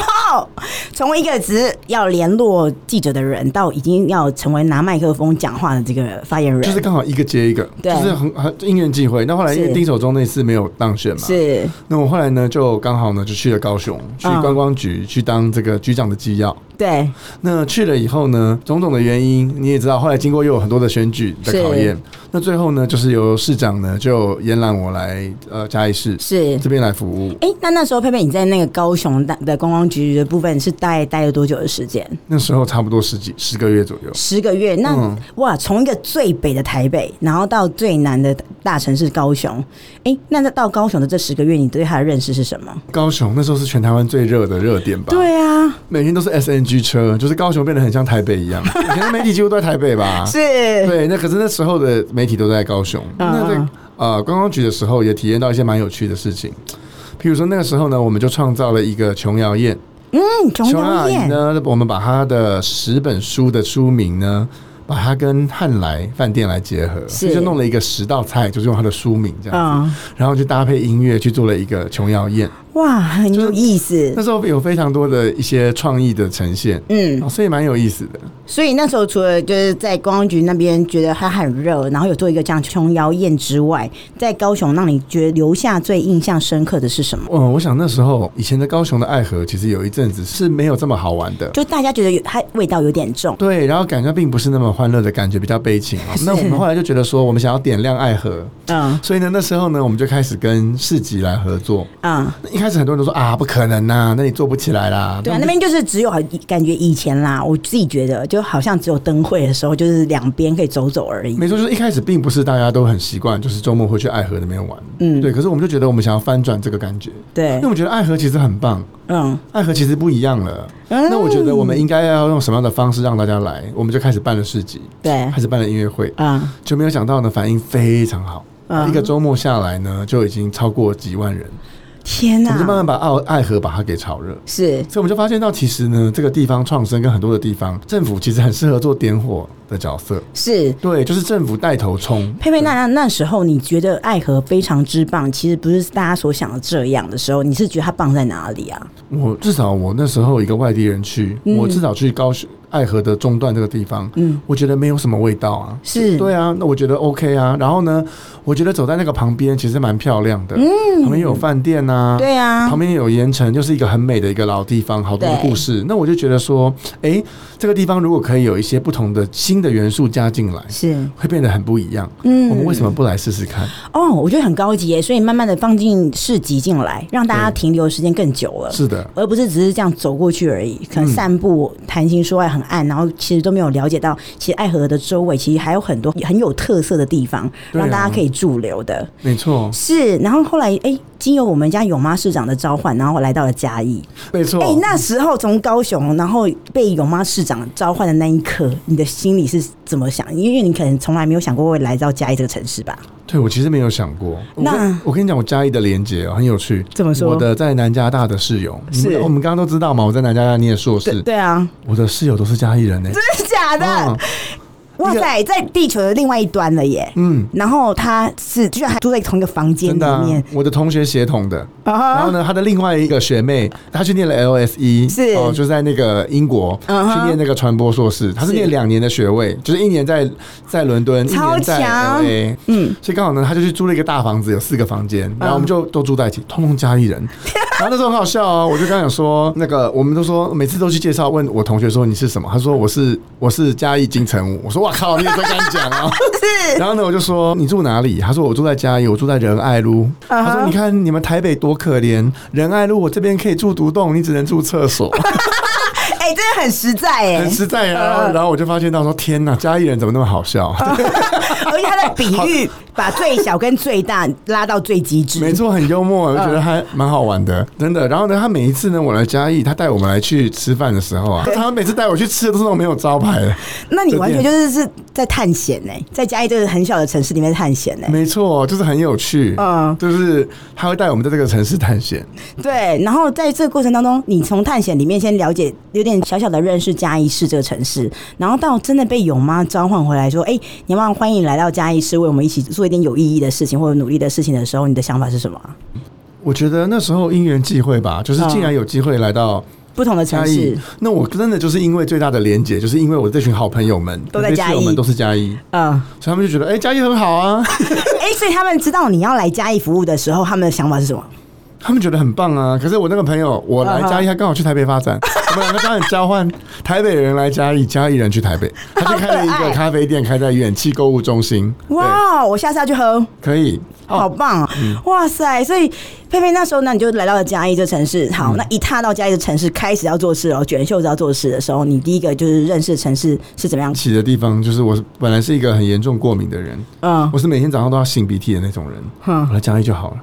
S1: 从一个只是要联络记者的人，到已经要成为拿麦克风讲话的这个发言人，
S2: 就是刚好一个接一个，
S1: 对
S2: 就是很很因缘际会。那后来因为
S1: 是
S2: 丁守中那次没有当选嘛，
S1: 是嗯
S2: 那我后来呢就刚好呢就去了高雄，去观光局、去当这个局长的机要。
S1: 对，
S2: 那去了以后呢，种种的原因你也知道，后来经过又有很多的选举的考验
S1: 是，
S2: 那最后呢就是由市长呢就延揽我来呃嘉义市
S1: 是。
S2: 这边来服务。
S1: 哎、那那时候佩佩你在那个高雄的的观光局的部分是待待了多久的时间？
S2: 那时候差不多十几十个月左右。
S1: 十个月。那、
S2: 嗯
S1: 哇，从一个最北的台北，然后到最南的大城市高雄，哎、那那到高雄的这十个月，你对他的认识是什么？
S2: 高雄那时候是全台湾最热的热点吧？，
S1: 对啊，
S2: 每天都是 SNG 车，就是高雄变得很像台 北一样。以前的媒体几乎都在台北吧？
S1: 是
S2: 对，那可是那时候的媒体都在高雄。
S1: 嗯
S2: 那在
S1: 嗯
S2: 呃观光局的时候，也体验到一些蛮有趣的事情。譬如说那个时候呢，我们就创造了一个琼瑶宴。
S1: 嗯，琼
S2: 琼瑶
S1: 瑶
S2: 阿姨
S1: 宴
S2: 呢，我们把她的十本书的书名呢，把它跟汉来饭店来结合，
S1: 是
S2: 所以就弄了一个十道菜，就是用它的书名这样子，
S1: 嗯，
S2: 然后就搭配音乐去做了一个琼瑶宴。
S1: 哇，很有意思
S2: 那。时候有非常多的一些创意的呈现，
S1: 嗯，
S2: 哦所以蛮有意思的。
S1: 所以那时候除了就是在观光局那边觉得它很热，然后有做一个这样琼瑶宴之外，在高雄让你觉得留下最印象深刻的是什么？
S2: 嗯，我想那时候以前的高雄的爱河，其实有一阵子是没有这么好玩的。
S1: 就大家觉得有它味道有点重，
S2: 对，然后感觉并不是那么欢乐的感觉，比较悲情、哦。
S1: 是
S2: 那我们后来就觉得说，我们想要点亮爱河，
S1: 嗯
S2: 所以呢，那时候呢，我们就开始跟市集来合作。
S1: 嗯，
S2: 那一开始很多人都说啊，不可能呐、那你做不起来啦。
S1: 对啊，那边就是只有感觉以前啦，我自己觉得就好像只有灯会的时候，就是两边可以走走而已。
S2: 没错，就是一开始并不是大家都很习惯，就是周末会去爱河那边玩。
S1: 嗯，
S2: 对，可是我们就觉得我们想要翻转这个感觉，因
S1: 对
S2: 为我，们觉得爱河其实很棒，
S1: 嗯，
S2: 爱河其实不一样了。
S1: 嗯
S2: 那我觉得我们应该要用什么样的方式让大家来？我们就开始办了市集，
S1: 对
S2: 开，始办了音乐会，
S1: 嗯
S2: 就没有想到呢，反应非常好。
S1: 嗯
S2: 一个周末下来呢，就已经超过几万人，
S1: 天
S2: 我们就慢
S1: 哪，
S2: 慢把爱爱河把它给炒热。
S1: 是
S2: 所以我们就发现到，其实呢，这个地方创生跟很多的地方政府其实很适合做点火的角色。
S1: 是，
S2: 对，就是政府带头冲。
S1: 佩佩，那那那时候你觉得爱河非常之棒，其实不是大家所想的这样的时候，你是觉得它棒在哪里啊？
S2: 我至少我那时候一个外地人去，
S1: 嗯
S2: 我至少去高雄爱河的中段这个地方，
S1: 嗯，
S2: 我觉得没有什么味道啊。
S1: 是，
S2: 对啊，那我觉得 OK 啊。然后呢，我觉得走在那个旁边其实蛮漂亮的，嗯，旁边有饭店呐、
S1: 对啊
S2: 旁，边有盐城，就是一个很美的一个老地方，好多的
S1: 对
S2: 故事。那我就觉得说，诶，这个地方如果可以有一些不同的新的元素加进来，
S1: 是，
S2: 会变得很不一样。
S1: 嗯
S2: 我们为什么不来试试看？
S1: 哦，我觉得很高级耶，所以慢慢的放进市集进来，让大家
S2: 对
S1: 停留的时间更久了。
S2: 是的，
S1: 而不是只是这样走过去而已，
S2: 嗯
S1: 可能散步、谈情说爱很暗，然后其实都没有了解到，其实爱河的周围其实还有很多很有特色的地方，
S2: 对啊
S1: 让大家可以驻留的。
S2: 没错，
S1: 是，然后后来哎，经由我们家勇妈市长的召唤，然后我来到了嘉义。
S2: 没错。
S1: 哎、那时候从高雄，然后被勇妈市长召唤的那一刻，你的心里是怎么想？因为你可能从来没有想过会来到嘉义这个城市吧？
S2: 对我其实没有想过。我
S1: 那
S2: 跟我跟你讲，我嘉义的连结哦，很有趣。
S1: 怎么说
S2: 我的在南加大的室友，你
S1: 是
S2: 们我们刚刚都知道嘛，我在南加大念硕士，
S1: 对啊，
S2: 我的室友都是嘉义人呢、
S1: 真的假的？
S2: 嗯
S1: 哇塞，在地球的另外一端了耶！
S2: 嗯，
S1: 然后他是居然还住在同一个房间
S2: 真
S1: 里
S2: 的啊、
S1: 面
S2: 我的同学协同的。然后
S1: 啊
S2: 呢，他的另外一个学妹，她去念了 LSE，
S1: 是
S2: 哦，就在那个英国、
S1: 嗯哼
S2: 去念那个传播硕士，她是
S1: 是
S2: 念两年的学位，就是一年在在伦敦，一
S1: 超
S2: 年在
S1: 强
S2: LA，
S1: 嗯，
S2: 所以刚好呢，他就去租了一个大房子，有四个房间，然后我们就都住在一起，通通家里 人。然后那时候很好笑哦，我就刚想说，那个我们都说每次都去介绍，问我同学说你是什么，他说我是我是嘉义金城武，我说哇靠，你也真敢讲啊！
S1: 是
S2: 然后呢，我就说你住哪里？他说我住在嘉义，我住在仁爱路。
S1: 啊哈
S2: 他说你看你们台北多可怜，仁爱路我这边可以住独栋，你只能住厕所，
S1: 啊哎、真的很实在哎
S2: 很，实在啊。然后我就发现到说，天哪，嘉义人怎么那么好笑？
S1: 而且他在比喻把最小跟最大拉到最极致，
S2: 没错，很幽默，
S1: 嗯
S2: 我觉得还蛮好玩的，真的。然后呢，他每一次呢，我来嘉义，他带我们来去吃饭的时候啊，他每次带我去吃的都是那种没有招牌的。
S1: 那你完全就是是在探险呢、在嘉义这个很小的城市里面探险哎呢、
S2: 没错，就是很有趣，
S1: 嗯
S2: 就是他会带我们在这个城市探险。
S1: 对，然后在这个过程当中，你从探险里面先了解，有点小小的认识嘉义市这个城市，然后到真的被勇妈召唤回来说：“哎、你要不要欢迎来到嘉义市，为我们一起做一点有意义的事情或者努力的事情的时候，你的想法是什么啊？
S2: 我觉得那时候因缘际会吧，
S1: 嗯
S2: 就是竟然有机会来到。
S1: 不同的城
S2: 嘉
S1: 市
S2: 义，，那我真的就是因为最大的连结，就是因为我这群好朋友们
S1: 都在嘉义
S2: 我们都是嘉义，
S1: 嗯，
S2: 所以他们就觉得，哎、嘉义很好啊，
S1: 哎、所以他们知道你要来嘉义服务的时候，他们的想法是什么？
S2: 他们觉得很棒啊。可是我那个朋友，我来嘉义，他刚好去台北发展，我们两个当然交换，台北人来嘉义，嘉义人去台北，他就开了一
S1: 好可
S2: 个
S1: 爱
S2: 咖啡店，开在远气购物中心，对，哦
S1: 哇，我下次要去喝，
S2: 可以，
S1: 好棒哦！
S2: 嗯
S1: 哇塞，所以佩佩那时候呢，你就来到了嘉义这城市。好，
S2: 嗯
S1: 那一踏到嘉义这城市，开始要做事哦，卷袖子要做事的时候，你第一个就是认识的城市是怎么样？
S2: 起的地方就是我本来是一个很严重过敏的人，
S1: 嗯，
S2: 我是每天早上都要擤鼻涕的那种人，
S1: 哼
S2: 我来嘉义就好了。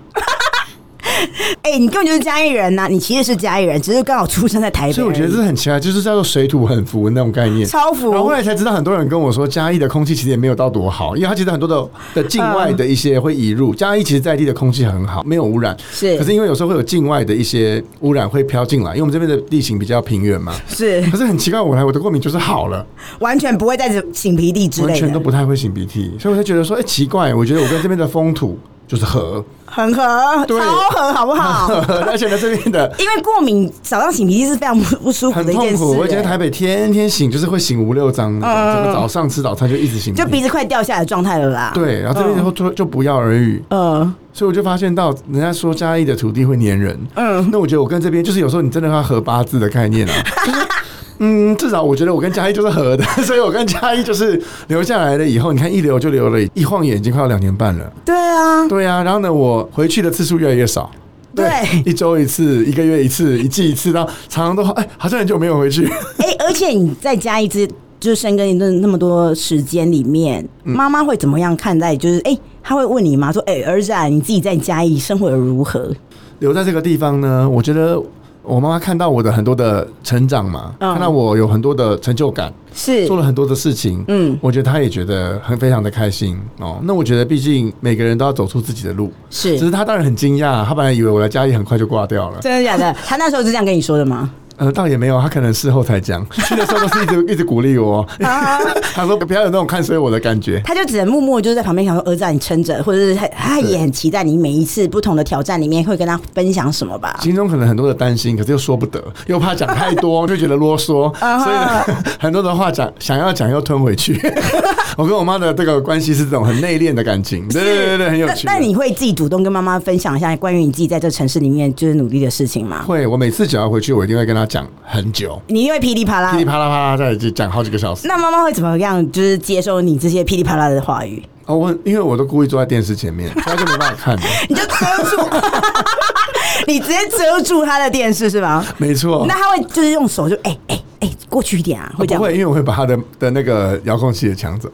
S1: 哎、你根本就是嘉义人啊呐、你其实是嘉义人，只是刚好出生在台北而已。
S2: 所以我觉得这很奇怪，就是叫做水土很服那种概念。
S1: 超服
S2: 然后后来才知道，很多人跟我说，嘉义的空气其实也没有到多好，因为它其实很多的的境外的一些会引入。嘉义其实在地的空气很好，没有污染。
S1: 是
S2: 可是因为有时候会有境外的一些污染会飘进来，因为我们这边的地形比较平原嘛。
S1: 是
S2: 可是很奇怪，我来我的过敏就是好了，
S1: 完全不会再擤鼻涕之
S2: 完
S1: 类
S2: 全都
S1: 的，
S2: 不太会擤鼻涕，所以我就觉得说，哎、奇怪，我觉得我跟这边的风土就是合，
S1: 很合，
S2: 对
S1: 超合，好不好？
S2: 而且呢这边的
S1: 因为过敏早上擤鼻涕是非常不不舒服
S2: 很
S1: 的一件
S2: 痛
S1: 事、
S2: 苦，我觉得
S1: 哎
S2: 台北天天醒就是会醒五六张那种，整个早上吃早餐就一直醒，
S1: 就嗯鼻子快掉下来的状态了啦。，
S2: 对，然后这边以后就就不药而愈，
S1: 呃，
S2: 所以我就发现到人家说嘉义的土地会黏人，
S1: 嗯，
S2: 那我觉得我跟这边就是有时候你真的要合八字的概念 啊，就是嗯，至少我觉得我跟嘉义就是合的， 所以我跟嘉义就是留下来了以后，你看一留就留了，一晃眼已经快要两年半了，
S1: 对啊，
S2: 对啊，然后呢，我回去的次数越来越少。
S1: 对
S2: 一周一次，一个月一次，一季一次，然后常常都哎，好像很久没有回去。
S1: 哎、而且你再加一只，就是深耕一顿那么多时间里面，妈妈会怎么样看待？就是哎、她会问你吗？说哎、儿子啊，你自己在嘉义生活得如何？
S2: 留在这个地方呢，我觉得我妈妈看到我的很多的成长嘛，
S1: 嗯
S2: 看到我有很多的成就感，
S1: 是
S2: 做了很多的事情，
S1: 嗯，
S2: 我觉得她也觉得很非常的开心哦。那我觉得，毕竟每个人都要走出自己的路，只
S1: 是
S2: 是她当然很惊讶，她本来以为我来嘉义很快就挂掉了，
S1: 真的假 的？她那时候是这样跟你说的吗？
S2: 呃，倒也没有，她可能事后 才讲，去的时候都是一直一直鼓励我，
S1: 啊，
S2: 她说不要有那种看衰我的感觉。
S1: 她就只能默默就是在旁边想说儿子、啊、你撑着，或者是她她也很期待你每一次不同的挑战里面会跟她分享什么吧。
S2: 心中可能很多的担心，可是又说不得，又怕讲太 多，就觉得啰嗦，
S1: 啊
S2: 所以呢， 很多的话讲想要讲又吞 回去。我跟我妈的这个关系是这种很内敛的感情，对对对对，很有趣。
S1: 那那你会自己主动跟妈妈分享一下关于你自己在这城市里面就是努力的事情吗？
S2: 会，我每次只要回去，我一定会跟她讲很久，
S1: 你一定会噼里啪啦
S2: 噼里啪啦啪啦在讲好几个小时。
S1: 那妈妈会怎么样？就是接受你这些噼里啪啦的话 语，
S2: 哦，我因为我都故意坐在电视前 面，所以她就没办法看了。
S1: 你就遮住， 你直接遮住她的电视是吧？
S2: 没错啊
S1: 那，她会就是用手就哎哎哎过去一点啊，会这
S2: 不
S1: 样。
S2: 会，因为我会把她的的那个遥控器也抢 走，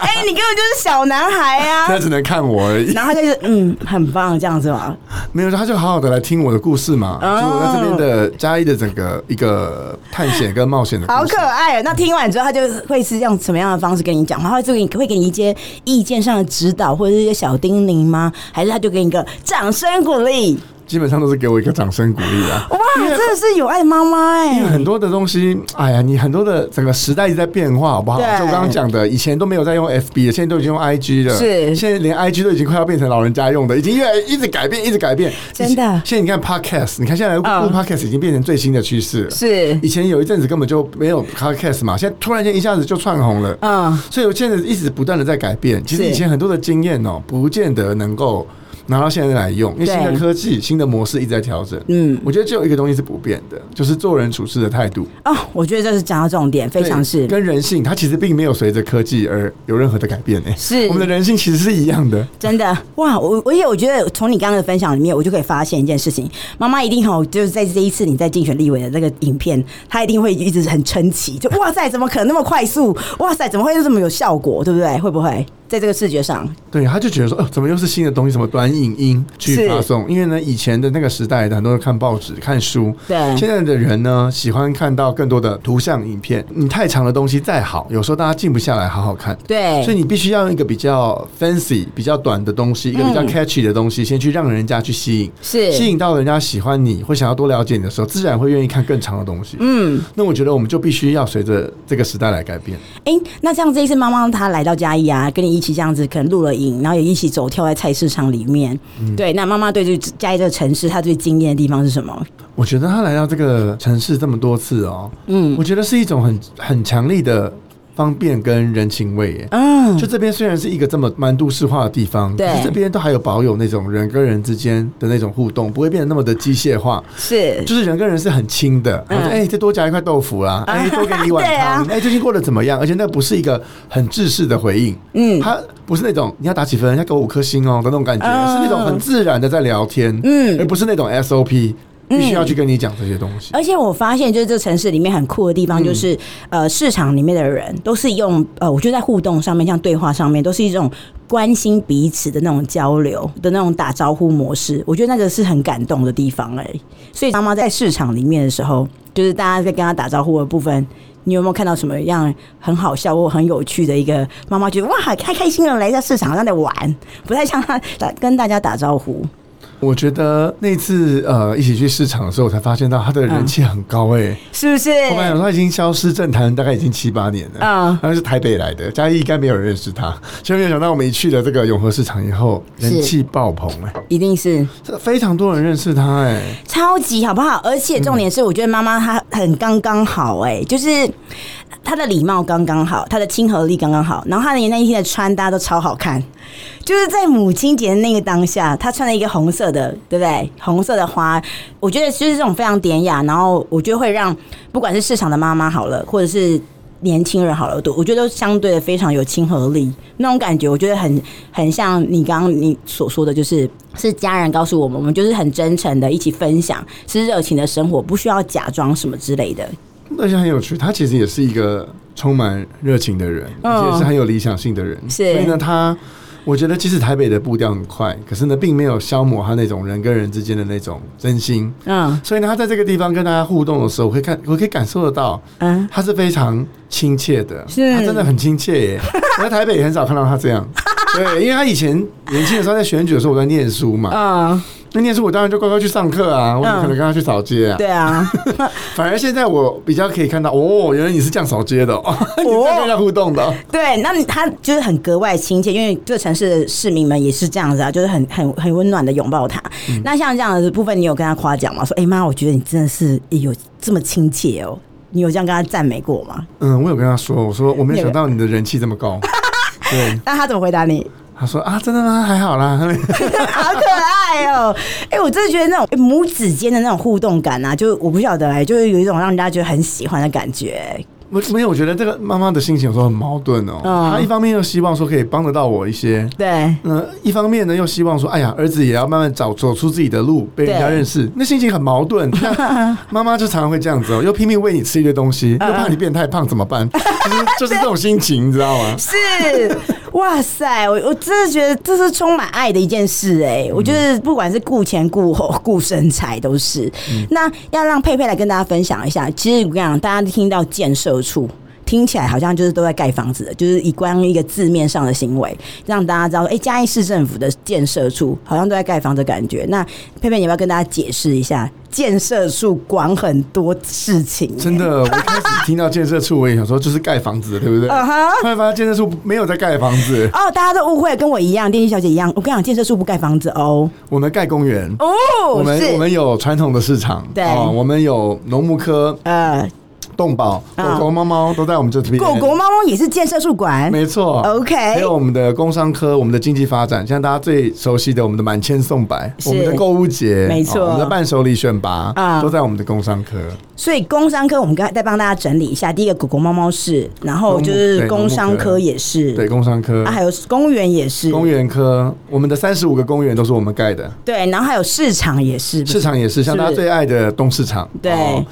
S1: 哎、你根本就是小男孩啊！
S2: 她只能看我而已。
S1: 然后她就是嗯，很棒这样子嘛。
S2: 没有，他就好好的来听我的故事嘛，
S1: 哦
S2: 就是我在这边的嘉义的整个一个探险跟冒险的故事。
S1: 好可爱、哦！那听完之后，他就会是用什么样的方式跟你讲话？他会就给你会给你一些意见上的指导，或者是一些小叮咛吗？还是他就给你一个掌声鼓励？
S2: 基本上都是给我一个掌声鼓励啊。
S1: 哇，真的是有爱的妈妈哎、
S2: 因为很多的东西，哎呀，你很多的整个时代一直在变化，好不好？
S1: 对
S2: 就我刚刚讲的，以前都没有在用 FB 的，现在都已经用 IG 了。
S1: 是
S2: 现在连 IG 都已经快要变成老人家用的，已经越来一直改变，一直改变。
S1: 真的
S2: 以前现在你看 Podcast，你看现在
S1: 嗯
S2: 录 Podcast 已经变成最新的趋势了。
S1: 是
S2: 以前有一阵子根本就没有 Podcast 嘛，现在突然间一下子就窜红了。
S1: 嗯，
S2: 所以我现在一直不断的在改变。其实
S1: 是
S2: 以前很多的经验哦，不见得能够拿到现在来用，因为
S1: 对
S2: 新的科技、新的模式一直在调整。
S1: 嗯
S2: 我觉得只有一个东西是不变的，就是做人处事的态度，
S1: 哦，我觉得这是讲到重点，非常是
S2: 对跟人性，它其实并没有随着科技而有任何的改变诶、
S1: 是
S2: 我们的人性其实是一样的。
S1: 真的哇！我而且我觉得从你刚刚的分享里面，我就可以发现一件事情：妈妈一定好，就是在这一次你在竞选立委的那个影片，她一定会一直很撑起，就哇塞，怎么可能那么快速？哇塞，怎么会这么有效果？对不对？会不会在这个视觉上？
S2: 对，他就觉得说，哦，怎么又是新的东西？什么短影音去
S1: 是
S2: 发送？因为呢，以前的那个时代的很多人看报纸、看书，
S1: 对
S2: 现在的人呢，喜欢看到更多的图像影片。你太长的东西再好，有时候大家静不下来好好看。所
S1: 对，
S2: 以你必须要用一个比较 fancy、比较短的东西，一个比较 catchy 的东西，先去让人家去吸引，
S1: 嗯是
S2: 吸引到人家喜欢你或想要多了解你的时候，自然会愿意看更长的东西。嗯，那我觉得我们就必须要随着这个时代来改变。
S1: 哎、那像这一次妈妈她来到嘉义啊，跟你一起这样子，可能录了影，然后也一起走跳在菜市场里面。
S2: 嗯
S1: 对，那妈妈对这嘉义这个城市，她最惊艳的地方是什么？
S2: 我觉得他来到这个城市这么多次哦，
S1: 嗯
S2: 我觉得是一种很很强力的方便跟人情味耶。
S1: 嗯，
S2: 就这边虽然是一个这么蛮都市化的地方，
S1: 对
S2: 可是这边都还有保有那种人跟人之间的那种互动，不会变得那么的机械化。
S1: 是
S2: 就是人跟人是很亲的，哎、
S1: 嗯
S2: 再多夹一块豆腐啦，哎、多给你一碗
S1: 对啊
S2: 汤，哎、最近过得怎么样？而且那不是一个很制式的回应，
S1: 嗯
S2: 他不是那种你要打几分，要给我五颗星哦的那种感觉，
S1: 嗯
S2: 是那种很自然的在聊天，
S1: 嗯
S2: 而不是那种 SOP。必须要去跟你讲这些东西。
S1: 而且我发现，就是这城市里面很酷的地方，就是、呃，市场里面的人都是用呃，我觉得在互动上面，像对话上面，都是一种关心彼此的那种交流的那种打招呼模式。我觉得那个是很感动的地方哎、所以妈妈在市场里面的时候，就是大家在跟他打招呼的部分。你有没有看到什么样很好笑或很有趣的一个妈妈觉得哇太开心了来在市场上在玩，不太像他打跟大家打招呼，
S2: 我觉得那次呃一起去市场的时候，我才发现到他的人气很高哎、
S1: 是不是？
S2: 我本来想说他已经消失政坛大概已经七八年了，
S1: 嗯
S2: 嗯，他是台北来的，嘉义应该没有人认识他，就没有想到我们一去了这个永和市场以后，
S1: 是
S2: 人气爆棚哎、
S1: 一定是
S2: 这非常多人认识他哎、
S1: 超级好不好？而且重点是，我觉得妈妈她很刚刚好、哎，就是她的礼貌刚刚好，她的亲和力刚刚好，然后她连那一天的穿搭都超好看，就是在母亲节的那个当下，她穿了一个红色的，对不对？红色的花，我觉得就是这种非常典雅，然后我觉得会让不管是市场的妈妈好了，或者是。年轻人好了，都我觉得都相对的非常有亲和力，那种感觉我觉得很很像你刚刚你所说的，就是是家人告诉我们，我们就是很真诚的一起分享，是热情的生活，不需要假装什么之类的。
S2: 而且很有趣，他其实也是一个充满热情的人，
S1: 嗯
S2: 而且是很有理想性的人。
S1: 是
S2: 所以呢，他我觉得即使台北的步调很快，可是呢，并没有消磨他那种人跟人之间的那种真心。
S1: 嗯
S2: 所以呢，他在这个地方跟大家互动的时候，我可以看，我可以感受得到，
S1: 嗯，
S2: 他是非常亲切的，
S1: 是
S2: 他真的很亲切 耶。我在台北也很少看到他这样。对，因为他以前年轻的时候在选举的时候，我在念书嘛，
S1: 嗯，
S2: 那念书我当然就乖乖去上课啊，我怎么可能跟他去扫街啊？
S1: 对啊，
S2: 反而现在我比较可以看到，哦，原来你是这样扫街的，哦， 你是这样跟人家互动的哦。
S1: 对，那你他就是很格外亲切，因为这个城市的市民们也是这样子啊，就是很很很温暖的拥抱他。那像这样的部分，你有跟他夸奖吗？说，哎、妈，我觉得你真的是哎有这么亲切哦。你有这样跟他赞美过吗？
S2: 嗯，我有跟他说，我说我没有想到你的人气这么高。对，
S1: 那他怎么回答你？
S2: 他说啊，真的吗？还好啦。
S1: 好可爱哦、哎、我真的觉得那种、哎母子间的那种互动感啊，就我不晓得哎、就是有一种让人家觉得很喜欢的感觉、
S2: 我没有，我觉得这个妈妈的心情有时候很矛盾哦。
S1: 嗯
S2: 她一方面又希望说可以帮得到我一些，
S1: 对，
S2: 嗯，一方面呢又希望说，哎呀，儿子也要慢慢找走出自己的路，被人家
S1: 对
S2: 认识，那心情很矛盾。那妈妈就常常会这样子哦，又拼命喂你吃一堆东西，又怕你变太胖，怎么办？就是就是这种心情，你知道吗？
S1: 是， 哇塞，我我真的觉得这是充满爱的一件事哎、我觉
S2: 嗯
S1: 得不管是顾前顾后顾身材都是。
S2: 嗯
S1: 那要让佩佩来跟大家分享一下，其实我跟你讲，大家听到建设处。听起来好像就是都在盖房子的，就是以光一个字面上的行为，让大家知道，哎、嘉义市政府的建设处好像都在盖房子的感觉。那佩佩，你要不要跟大家解释一下，建设处管很多事情、哎
S2: 真，的，我一开始听到建设处，我也想说就是盖房子的，对不对？
S1: 嗯哼
S2: 后来发现建设处没有在盖房子，
S1: 哦，大家都误会，跟我一样，电竞小姐一样。我跟你讲，建设处不盖房子哦。
S2: 我们盖公园，
S1: 哦，
S2: 我们
S1: 是
S2: 我们有传统的市场，
S1: 对
S2: 哦我们有农牧科、
S1: 呃，
S2: 动保、
S1: 啊
S2: 狗狗、猫猫都在我们这边。
S1: 狗狗、猫猫也是建设处管。
S2: 没错
S1: OK
S2: 还有我们的工商科、我们的经济发展，像大家最熟悉的我们的满千送百，
S1: 是
S2: 我们的购物节，
S1: 没错
S2: 哦我们的伴手礼选拔
S1: 啊嗯
S2: 都在我们的工商科。
S1: 所以工商科我们刚才再帮大家整理一下，第一个狗狗、猫猫是，然后就是
S2: 对
S1: 工商科也
S2: 对，
S1: 是，
S2: 工商科
S1: 啊，、还有公园也是，
S2: 公园科，我们的三十五个公园都是我们盖的。
S1: 对，然后还有市场也是，
S2: 市场也是，像
S1: 是
S2: 大家最爱的东市场，哦
S1: 对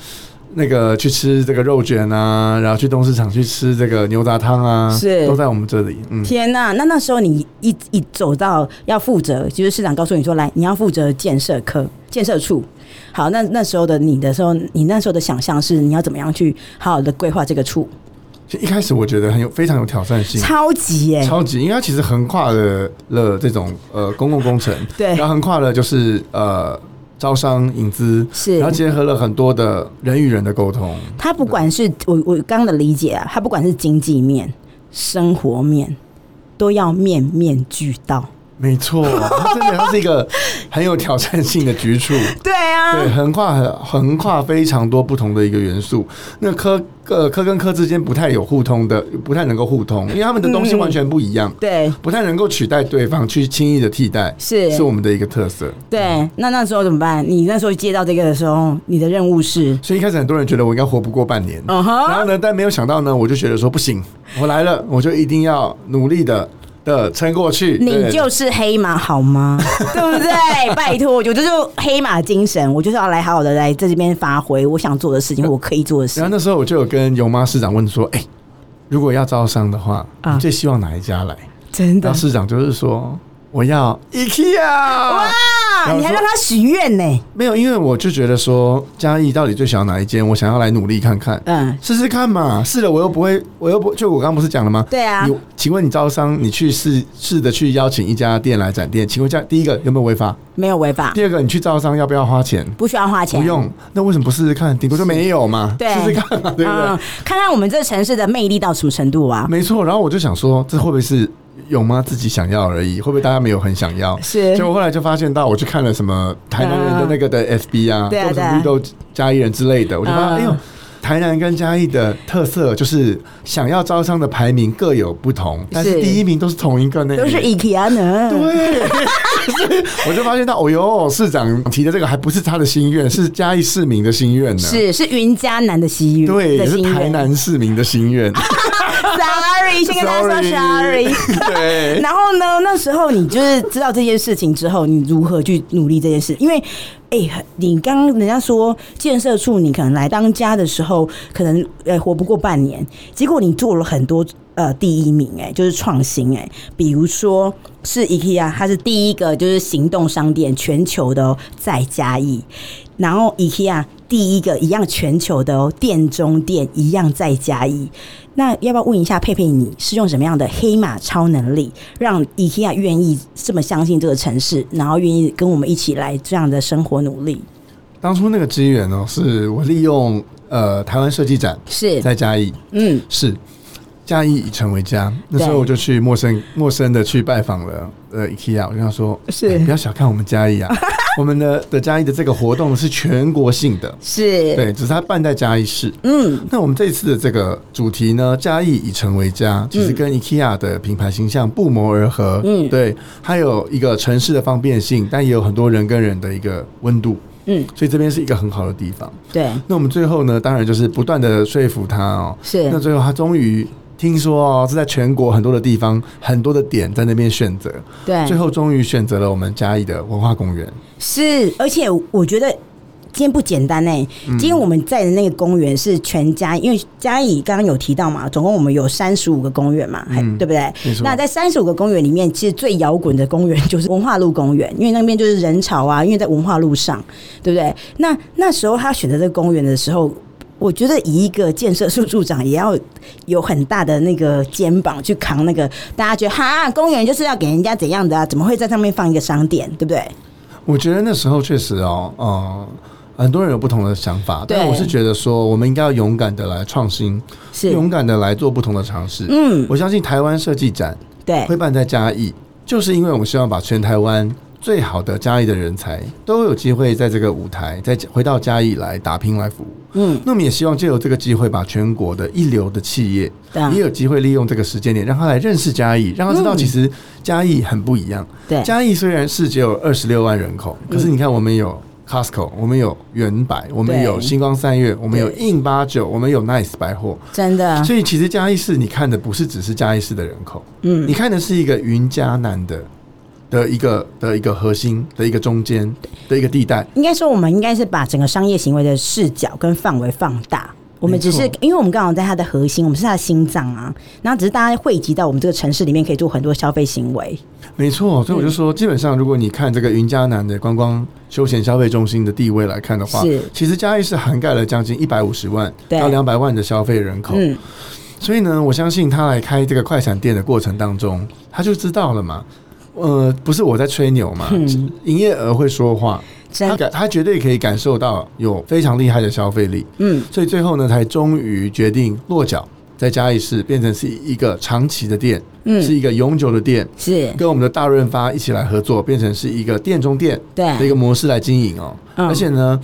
S2: 那个去吃这个肉卷啊，然后去东市场去吃这个牛杂汤啊，
S1: 是
S2: 都在我们这里。嗯，
S1: 天呐、那那时候你一一走到要负责，就是市长告诉你说，来，你要负责建设科、建设处。好，那那时候的你的时候，你那时候的想象是你要怎么样去好好的规划这个处，
S2: 其实一开始我觉得很有非常有挑战性。
S1: 超级耶、
S2: 超级，因为它其实横跨了了这种呃公共工程，
S1: 对
S2: 然后横跨了就是呃招商引资，
S1: 是
S2: 然后结合了很多的人与人的沟通，
S1: 他不管是我我刚刚的理解啊，他不管是经济面、生活面，都要面面俱到。
S2: 没错，它真的它是一个很有挑战性的局处，
S1: 对啊
S2: 对，横跨很横跨非常多不同的一个元素。那科呃科跟科之间不太有互通的，不太能够互
S1: 嗯
S2: 通，因为他们的东西完全不一样，
S1: 对
S2: 不太能够取代对方，去轻易的替代，
S1: 是
S2: 是我们的一个特色。
S1: 对，那那时候怎么办？你那时候接到这个的时候，你的任务是，
S2: 所以一开始很多人觉得我应该活不过半年，
S1: 嗯哼
S2: 然后呢，但没有想到呢，我就觉得说不行，我来了，我就一定要努力的的撑过去。
S1: 你
S2: 对
S1: 就是黑马好 吗？对不对？拜托，我就是黑马精神，我就是要来好好的来在这边发挥我想做的事情，我可以做的事
S2: 然后。那时候我就有跟尤妈市长问说：“哎、如果要招商的话，
S1: 啊
S2: 你最希望哪一家来
S1: 真？”的
S2: 然后市长就是说：“我要 IKEA。”然
S1: 啊！
S2: 后
S1: 你还
S2: 说
S1: 让他许愿呢？
S2: 没有，因为我就觉得说嘉义到底最想要哪一间，我想要来努力看看，
S1: 嗯，
S2: 试试看嘛。试了我又不会，我又不就我刚刚不是讲了吗？
S1: 对啊
S2: 你请问你招商，你去试试着去邀请一家店来展店，请问一下，第一个有没有违法？
S1: 没有违法，
S2: 第二个，你去招商要不要花钱？
S1: 不需要花钱，
S2: 不用，那为什么不试试看？顶多就没有嘛，
S1: 对
S2: 试试看嘛，对不对？
S1: 嗯，看看我们这城市的魅力到什么程度 啊？
S2: 没错，然后我就想说，这会不会是有妈自己想要而已？会不会大家没有很想要？
S1: 是
S2: 结果后来就发现到，我去看了什么台南人的那个的 FB 啊，
S1: 对啊
S2: 或者
S1: 对啊
S2: 绿豆嘉义人之类的，我就发现，
S1: 嗯
S2: 哎呦，台南跟嘉义的特色就是想要招商的排名各有不同，但是
S1: 是
S2: 第一名都是同一个呢，
S1: 都是 IKEA 呢，
S2: 对，啊我就发现到，哦呦，市长提的这个还不是他的心愿，是嘉义市民的心愿呢，
S1: 是是云嘉南的西域，
S2: 对，也
S1: 的
S2: 是
S1: 心愿
S2: 台。南市民的心愿。
S1: Sorry，先跟大家说 Sorry。
S2: 对，
S1: 然后呢？那时候你就是知道这件事情之后，你如何去努力这件事？因为，哎、你刚刚人家说建设处，你可能来当家的时候，可能呃活不过半年，结果你做了很多呃第一名、哎，就是创新、哎，比如说是 IKEA，它是第一个就是行动商店全球的、哦、在嘉义，然后 IKEA 第一个一样全球的哦，店中店一样在嘉义。那要不要问一下佩佩，你是用什么样的黑马超能力，让 IKEA 愿意这么相信这个城市，然后愿意跟我们一起来这样的生活努力？
S2: 当初那个机缘哦，是我利用呃台湾设计展
S1: 是，
S2: 在嘉义，
S1: 嗯，
S2: 是嘉义已成为家。那
S1: 对
S2: 时候我就去陌生陌生的去拜访了呃 IKEA，我就跟他说，
S1: 是
S2: 哎不要小看我们嘉 义啊，我们的的嘉义的这个活动是全国性的，
S1: 是，
S2: 对，只是它办在嘉义市。
S1: 嗯，
S2: 那我们这一次的这个主题呢，嘉义已成为家，其实跟 IKEA 的品牌形象不谋而合。
S1: 嗯
S2: 对，它有一个城市的方便性，但也有很多人跟人的一个温度。
S1: 嗯，
S2: 所以这边是一个很好的地方。
S1: 对，
S2: 那我们最后呢，当然就是不断的说服他哦。
S1: 是
S2: 那最后他终于听说哦，是在全国很多的地方，很多的点在那边选择，
S1: 对
S2: 最，后终于选择了我们嘉义的文化公园。
S1: 是，而且我觉得今天不简单哎、
S2: 嗯
S1: 今天我们在的那个公园是全嘉义，因为嘉义刚刚有提到嘛，总共我们有三十五个公园嘛，还
S2: 嗯
S1: 对不对
S2: 没？错
S1: 那在三十五个公园里面，其实最摇滚的公园就是文化路公园，因为那边就是人潮啊，因为在文化路上，对不对？那那时候他选择这个公园的时候。我觉得以一个建设处处长也要有很大的那个肩膀去扛那个，大家觉得哈公园就是要给人家怎样的啊？怎么会在上面放一个商店，对不对？
S2: 我觉得那时候确实哦，嗯。很多人有不同的想法，
S1: 对
S2: 但我是觉得说，我们应该要勇敢的来创新，
S1: 是
S2: 勇敢的来做不同的尝试。
S1: 嗯，
S2: 我相信台湾设计展
S1: 对，
S2: 会办在嘉义，就是因为我们希望把全台湾最好的嘉义的人才都有机会在这个舞台，再回到嘉义来打拼来服务。
S1: 嗯，
S2: 那我们也希望借由这个机会，把全国的一流的企业
S1: 对啊
S2: 也有机会利用这个时间点，让他来认识嘉义，让他知道其实嘉义很不一样。
S1: 对，
S2: 嘉义虽然是只有二十六万人口，可是你看我们有 Costco，我们有原百，我们
S1: 嗯对
S2: 有星光三月，我们有
S1: 对啊
S2: 印八九，我们有 Nice 百货，
S1: 真的，
S2: 所以其实嘉义市你看的不是只是嘉义市的人口，
S1: 嗯
S2: 你看的是一个云嘉南的的一个的一个核心的一个中间的一个地带。
S1: 应该说我们应该是把整个商业行为的视角跟范围放大。我们只是
S2: 没错
S1: 因为我们刚好在它的核心，我们是它的心脏啊，然后只是大家汇集到我们这个城市里面，可以做很多消费行为。
S2: 没
S1: 嗯
S2: 错，所以我就说，基本上如果你看这个云嘉南的观光休闲消费中心的地位来看的话
S1: 是，
S2: 其实嘉义市涵盖了将近一百五十万
S1: 对
S2: 到两百万的消费人口。
S1: 嗯，
S2: 所以呢，我相信他来开这个快闪店的过程当中，他就知道了嘛。呃，不是我在吹牛嘛，
S1: 嗯
S2: 营业额会说话，他
S1: 真
S2: 感他绝对可以感受到有非常厉害的消费力，
S1: 嗯
S2: 所以最后呢，才终于决定落脚在嘉义市，变成是一个长期的店，是
S1: 嗯
S2: 一个永久的店，
S1: 是，
S2: 跟我们的大润发一起来合作，变成是一个店中店的一
S1: 对，
S2: 个模式来经营哦。
S1: 嗯
S2: 而且呢，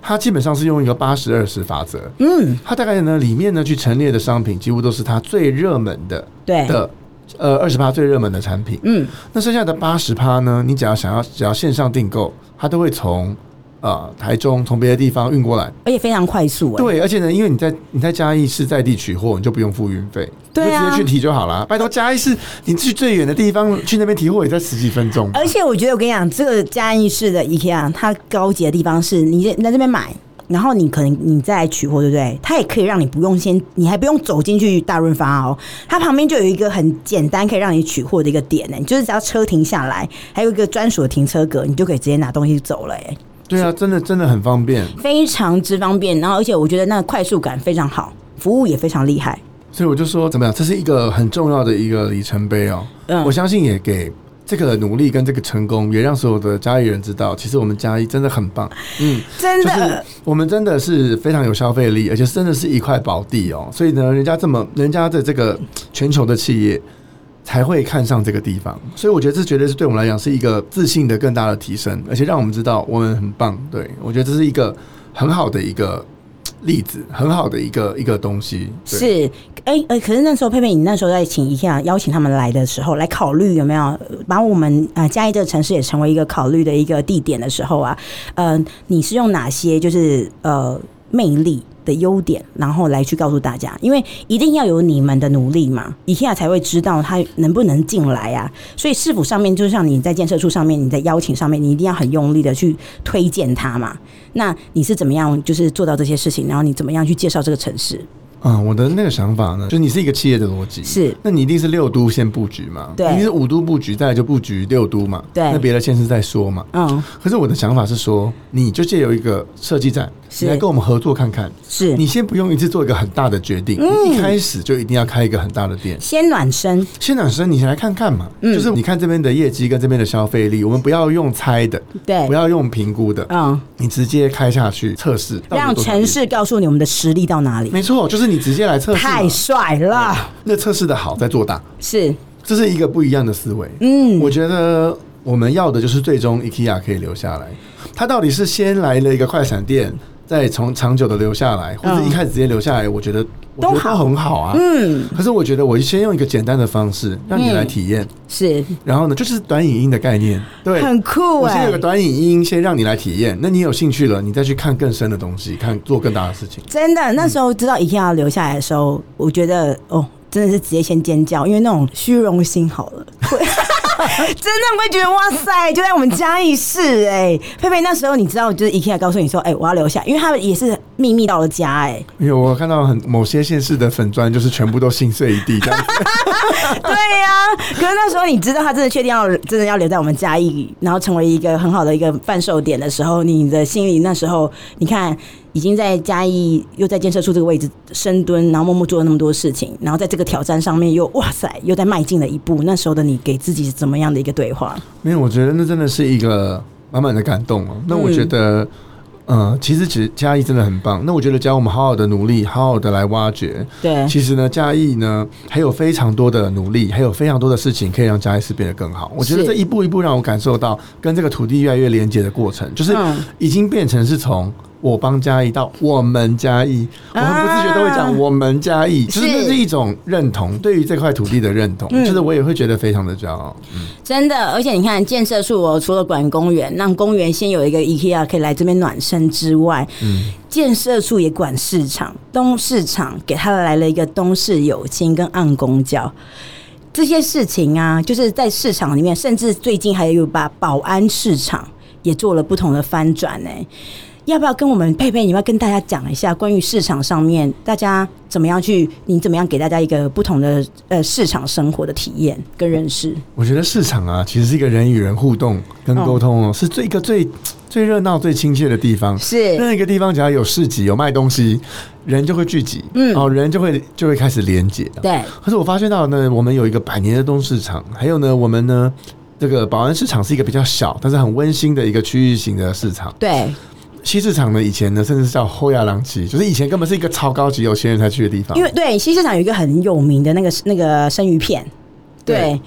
S2: 它基本上是用一个八十二十法则，
S1: 嗯
S2: 它大概呢里面呢去陈列的商品几乎都是它最热门的
S1: 对，
S2: 的呃二十趴最热门的产品。
S1: 嗯
S2: 那剩下的八十趴呢，你只要想要只要线上订购，它都会从呃台中从别的地方运过来。
S1: 而且非常快速、欸。
S2: 对，而且呢，因为你在你在嘉义市在地取货，你就不用付运费，
S1: 对
S2: 你就
S1: 啊
S2: 直接去提就好啦。拜托，嘉义市你去最远的地方去那边提货也在十几分钟吧。
S1: 而且我觉得我跟你讲，这个嘉义市的 IKEA 它高级的地方是你在这边买。然后你可能你再来取货，对不对？它也可以让你不用先，你还不用走进去大润发哦。它旁边就有一个很简单可以让你取货的一个点呢，你就是只要车停下来，还有一个专属的停车格，你就可以直接拿东西走了，哎，
S2: 对啊，真的真的很方便。
S1: 非常之方便。然后而且我觉得那个快速感非常好，服务也非常厉害。
S2: 所以我就说，怎么样，这是一个很重要的一个里程碑哦。
S1: 嗯
S2: 我相信也给这个努力跟这个成功，也让所有的嘉义人知道，其实我们嘉义真的很棒。嗯，
S1: 真
S2: 就
S1: 的，
S2: 是我们真的是非常有消费力，而且真的是一块宝地哦。所以呢，人家这么，人家的这个全球的企业才会看上这个地方。所以我觉得这绝对是对我们来讲是一个自信的更大的提升，而且让我们知道我们很棒。对我觉得这是一个很好的一个例子，很好的一个一个东西。对
S1: 是，哎、呃，可是那时候佩佩，你那时候在请一下邀请他们来的时候，来考虑有没有呃把我们啊、呃、嘉义这个城市也成为一个考虑的一个地点的时候啊，呃，你是用哪些就是呃魅力？的优点，然后来去告诉大家，因为一定要有你们的努力嘛，IKEA 才会知道它能不能进来啊。所以市府上面，就像你在建设处上面，你在邀请上面，你一定要很用力的去推荐它嘛。那你是怎么样，就是做到这些事情，然后你怎么样去介绍这个城市？
S2: 嗯，我的那个想法呢，就是你是一个企业的逻辑，
S1: 是
S2: 那你一定是六都先布局嘛，
S1: 对
S2: 一定是五都布局，再来就布局六都嘛，
S1: 对
S2: 那别的县市再说嘛。
S1: 嗯，
S2: 可是我的想法是说，你就借由一个设计展，
S1: 是
S2: 你来跟我们合作看看。
S1: 是
S2: 你先不用一次做一个很大的决
S1: 嗯
S2: 定，你一开始就一定要开一个很大的店。
S1: 先暖身，
S2: 现场生，你先来看看嘛，
S1: 嗯
S2: 就是你看这边的业绩跟这边的消费力，我们不要用猜的，
S1: 对
S2: 不，要用评估的，
S1: 嗯，
S2: 你直接开下去测试，到底有
S1: 让
S2: 多少
S1: 城
S2: 业
S1: 市告诉你我们的实力到哪里。
S2: 没错，就是你直接来测试嘛，
S1: 太帅了，
S2: 那测试的好再做大。
S1: 是，
S2: 这是一个不一样的思维。
S1: 嗯，
S2: 我觉得我们要的就是最终 IKEA 可以留下来。它到底是先来了一个快闪店，再从长久的留下来，或者
S1: 嗯
S2: 一开始直接留下来，我觉得我
S1: 都
S2: 觉
S1: 好
S2: 得都很好啊。
S1: 嗯，
S2: 可是我觉得我先用一个简单的方式让你来体验，
S1: 是
S2: 然后呢，就是短影音的概念，对。
S1: 很酷
S2: 我先
S1: 哎、
S2: 有个短影音，先让你来体验。那你有兴趣了，你再去看更深的东西，看做更大的事情。
S1: 真的。那时候知道 IKEA 要留下来的时候，我觉得哦，真的是直接先尖叫，因为那种虚荣心好 了。会真的会觉得哇塞，就在我们嘉义市哎、佩佩那时候你知道，就是 IKEA 告诉你说，哎、我要留下，因为他们也是秘密到了家哎、
S2: 因为我看到很某些县市的粉砖，就是全部都心碎一地这样子。
S1: 对呀、可是那时候你知道他真的确定要真的要留在我们嘉义，然后成为一个很好的一个贩售点的时候，你的心里那时候，你看已经在嘉义又在建设出这个位置深蹲，然后默默做了那么多事情，然后在这个挑战上面又哇塞，又在迈进了一步。那时候的你给自己是怎么样的一个对话？
S2: 没有，我觉得那真的是一个满满的感动
S1: 嗯
S2: 哦。那我觉得，呃，其实只嘉义真的很棒。那我觉得，只要我们好好的努力，好好的来挖掘，
S1: 对，
S2: 其实呢，嘉义呢还有非常多的努力，还有非常多的事情可以让嘉义市变得更好。我觉得
S1: 是
S2: 这一步一步让我感受到跟这个土地越来越连接的过程，就是
S1: 嗯
S2: 已经变成是从。我帮嘉义到我们嘉义，我们不自觉都会
S1: 啊
S2: 讲我们嘉义，就
S1: 是
S2: 是那是一种认同，对于这块土地的认同，
S1: 嗯
S2: 就是我也会觉得非常的骄傲。
S1: 真的，而且你看建设处哦，除了管公园，让公园先有一个 IKEA 可以来这边暖身之外，建设处也管市场，东市场给他来了一个东市友情跟暗公教。这些事情啊，就是在市场里面，甚至最近还有把保安市场也做了不同的翻转呢、要不要跟我们佩佩？你要不要跟大家讲一下关于市场上面大家怎么样去，你怎么样给大家一个不同的呃市场生活的体验跟认识？
S2: 我觉得市场啊，其实是一个人与人互动跟
S1: 嗯
S2: 沟通哦，是最一个最最热闹、最亲切的地方。
S1: 是
S2: 那一个地方只要有市集、有卖东西，人就会聚集，嗯，哦，人就会就会开始连接。
S1: 对，
S2: 可是我发现到呢，我们有一个百年的东市场，还有呢，我们呢。这个保安市场是一个比较小，但是很温馨的一个区域型的市场。
S1: 对，
S2: 西市场呢，以前呢，甚至是叫后亚郎旗，就是以前根本是一个超高级有钱人才去的地方。
S1: 因为对西市场有一个很有名的那个那个生鱼片，对。对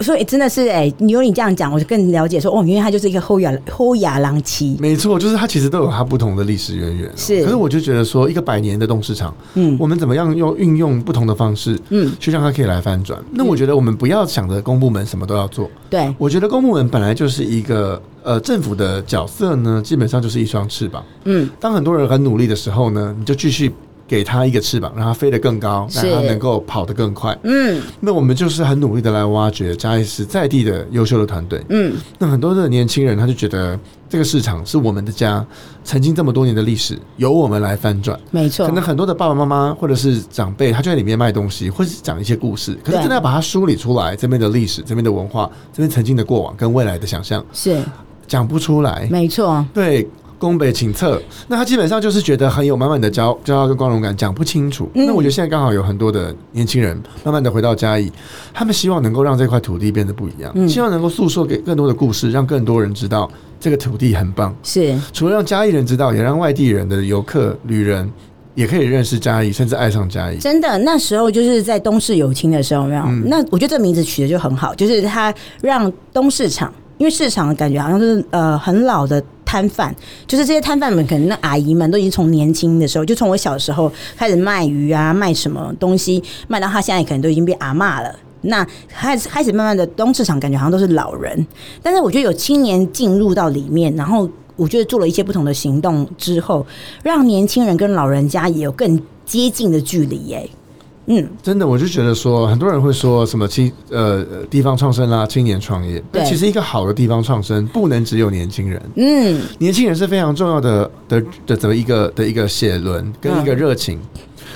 S1: 所以真的是哎、你有你这样讲，我就更了解说哦，原来它就是一个后亚后亚郎旗，
S2: 没错，就是它其实都有它不同的历史渊源哦、
S1: 是
S2: 可是我就觉得说，一个百年的动市场，
S1: 嗯
S2: 我们怎么样用运用不同的方式，
S1: 嗯
S2: 嗯，去让它可以来翻转？那我觉得我们不要想着公部门什么都要做，
S1: 对，
S2: 我觉得公部门本来就是一个呃，政府的角色呢，基本上就是一双翅膀。
S1: 嗯，
S2: 当很多人很努力的时候呢，你就继续给他一个翅膀，让他飞得更高，让
S1: 是
S2: 他能够跑得更快。
S1: 嗯
S2: 那我们就是很努力的来挖掘嘉义市在地的优秀的团队。
S1: 嗯，
S2: 那很多的年轻人他就觉得这个市场是我们的家，曾经这么多年的历史由我们来翻转。
S1: 没错
S2: 可，能很多的爸爸妈妈或者是长辈，他就在里面卖东西，或是讲一些故事。可是
S1: 对
S2: 真的要把它梳理出来，这边的历史、这边的文化、这边曾经的过往跟未来的想象，
S1: 是
S2: 讲不出来。
S1: 没错，
S2: 对。宫北请策，那他基本上就是觉得很有满满的骄骄傲跟光荣感，讲不清楚。
S1: 嗯
S2: 那我觉得现在刚好有很多的年轻人慢慢的回到嘉义，他们希望能够让这块土地变得不一样，
S1: 嗯
S2: 希望能够诉说给更多的故事，让更多人知道这个土地很棒。
S1: 是
S2: 除了让嘉义人知道，也让外地人的游客、旅人也可以认识嘉义，甚至爱上嘉义。
S1: 真的。那时候就是在东市有情的时候，有没有？那我觉得这名字取的就很好，就是它让东市场，因为市场感觉好像就是呃很老的。摊贩就是这些摊贩们，可能那阿姨们都已经从年轻的时候，就从我小时候开始卖鱼啊，卖什么东西，卖到他现在可能都已经变阿嬷了。那开始开始慢慢的东市场，感觉好像都是老人，但是我觉得有青年进入到里面，然后我觉得做了一些不同的行动之后，让年轻人跟老人家也有更接近的距离、耶。嗯，
S2: 真的，我就觉得说，很多人会说什么青呃呃地方创生啦、青年创业，但
S1: 对
S2: 其实一个好的地方创生不能只有年轻人，
S1: 嗯，
S2: 年轻人是非常重要的的的的一个的一个血轮
S1: 嗯
S2: 跟一个热情。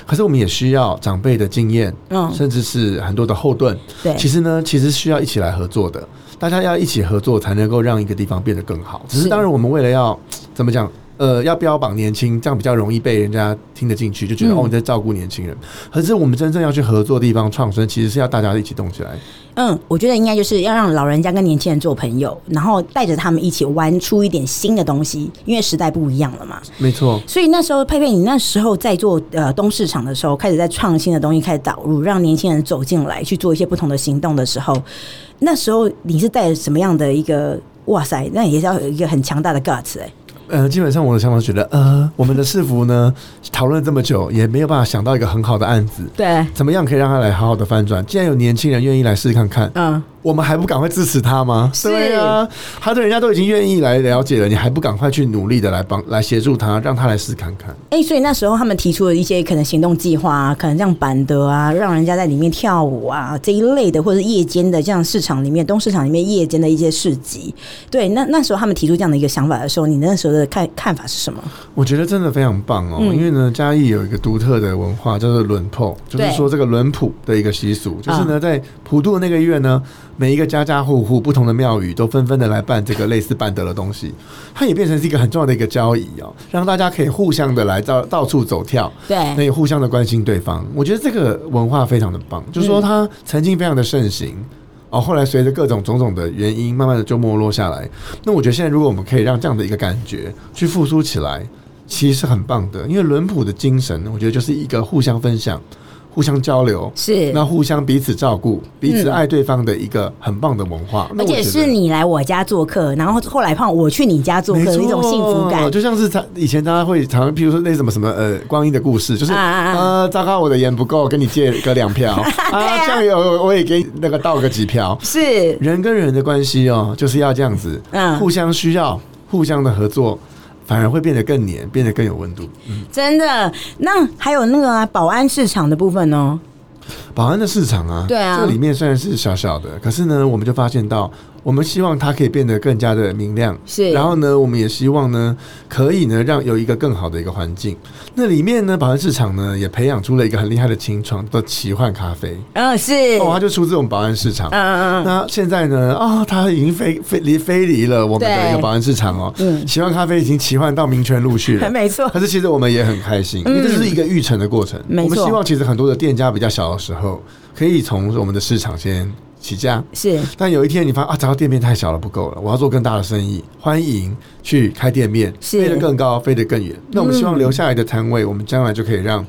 S2: 可是我们也需要长辈的经验，
S1: 嗯
S2: 甚至是很多的后盾。
S1: 对，
S2: 其实呢，其实需要一起来合作的，大家要一起合作才能够让一个地方变得更好。只
S1: 是
S2: 是当然，我们为了要怎么讲，呃，要标榜年轻，这样比较容易被人家听得进去，就觉得、
S1: 嗯
S2: 哦你在照顾年轻人。可是我们真正要去合作的地方创生，其实是要大家一起动起来。
S1: 嗯，我觉得应该就是要让老人家跟年轻人做朋友，然后带着他们一起玩出一点新的东西，因为时代不一样了嘛。
S2: 没错，
S1: 所以那时候佩佩，你那时候在做呃东市场的时候，开始在创新的东西开始导入，让年轻人走进来去做一些不同的行动的时候，那时候你是带着什么样的一个？哇塞，那也是要有一个很强大的 guts 哎、
S2: 呃，基本上我的想法是觉得，呃，我们的市服呢，讨论了这么久也没有办法想到一个很好的案子。
S1: 对，
S2: 怎么样可以让他来好好的翻转？既然有年轻人愿意来试看看，
S1: 嗯，
S2: 我们还不赶快支持他吗？
S1: 是
S2: 对啊，他对人家都已经愿意来了解了，你还不赶快去努力的来帮来协助他，让他来试看看。
S1: 哎、所以那时候他们提出了一些可能行动计划啊，可能像板德啊，让人家在里面跳舞啊这一类的，或者是夜间的这样市场里面东市场里面夜间的一些市集。对，那那时候他们提出这样的一个想法的时候，你那时候的看看法是什么？
S2: 我觉得真的非常棒哦，因为呢，嘉义有一个独特的文化叫做轮破，就是
S1: 对
S2: 说这个轮普的一个习俗，就是呢，在普渡的那个月呢，每一个家家户户不同的庙宇都纷纷的来办这个类似办德的东西，它也变成是一个很重要的一个交易哦，让大家可以互相的来到到处走跳，那
S1: 对，
S2: 也互相的关心对方。我觉得这个文化非常的棒，
S1: 嗯
S2: 就是说它曾经非常的盛行。哦，后来随着各种种种的原因，慢慢的就没落下来。那我觉得现在如果我们可以让这样的一个感觉去复苏起来，其实是很棒的。因为伦普的精神，我觉得就是一个互相分享、互相交流，
S1: 是。嗯
S2: 那互相彼此照顾、彼此爱对方的一个很棒的文化。那
S1: 而
S2: 我
S1: 且
S2: 觉得
S1: 是你来我家做客，然后后来胖我去你家做客
S2: 没
S1: 的
S2: 错，
S1: 一种幸福感。
S2: 就像是他以前大家会常，譬如说那什么什么呃，光阴的故事，就是
S1: 啊啊啊
S2: 呃，糟糕，我的盐不够，跟你借个 两票啊，酱油我也给你那个倒个几瓢。
S1: 是，
S2: 人跟人的关系哦，就是要这样子，
S1: 嗯
S2: 互相需要，互相的合作，反而会变得更黏，变得更有温度。
S1: 真的。那还有那个、啊、保安市场的部分哦，
S2: 保安的市场啊，
S1: 对啊
S2: 这里面虽然是小小的，可是呢，我们就发现到，我们希望它可以变得更加的明亮，
S1: 是
S2: 然后呢，我们也希望呢，可以呢，让有一个更好的一个环境。那里面呢，保安市场呢，也培养出了一个很厉害的清创的奇幻咖啡，
S1: 嗯，是，
S2: 哦，它就出自我们保安市场。
S1: 嗯嗯嗯，
S2: 那现在呢？哦，它已经飞飞离飞离了我们的
S1: 对
S2: 一个保安市场哦。
S1: 嗯
S2: 奇幻咖啡已经奇幻到民权路去了，
S1: 没错，
S2: 可是其实我们也很开心，因为这是一个育成的过程。
S1: 嗯没
S2: 我们
S1: 错
S2: 希望其实很多的店家比较小的时候，可以从我们的市场先起家。
S1: 是
S2: 但有一天你发现啊，找到店面太小了不够了，我要做更大的生意，欢迎去开店面，
S1: 是
S2: 飞得更高，飞得更远。那我们希望留下来的摊位，我们将来就可以让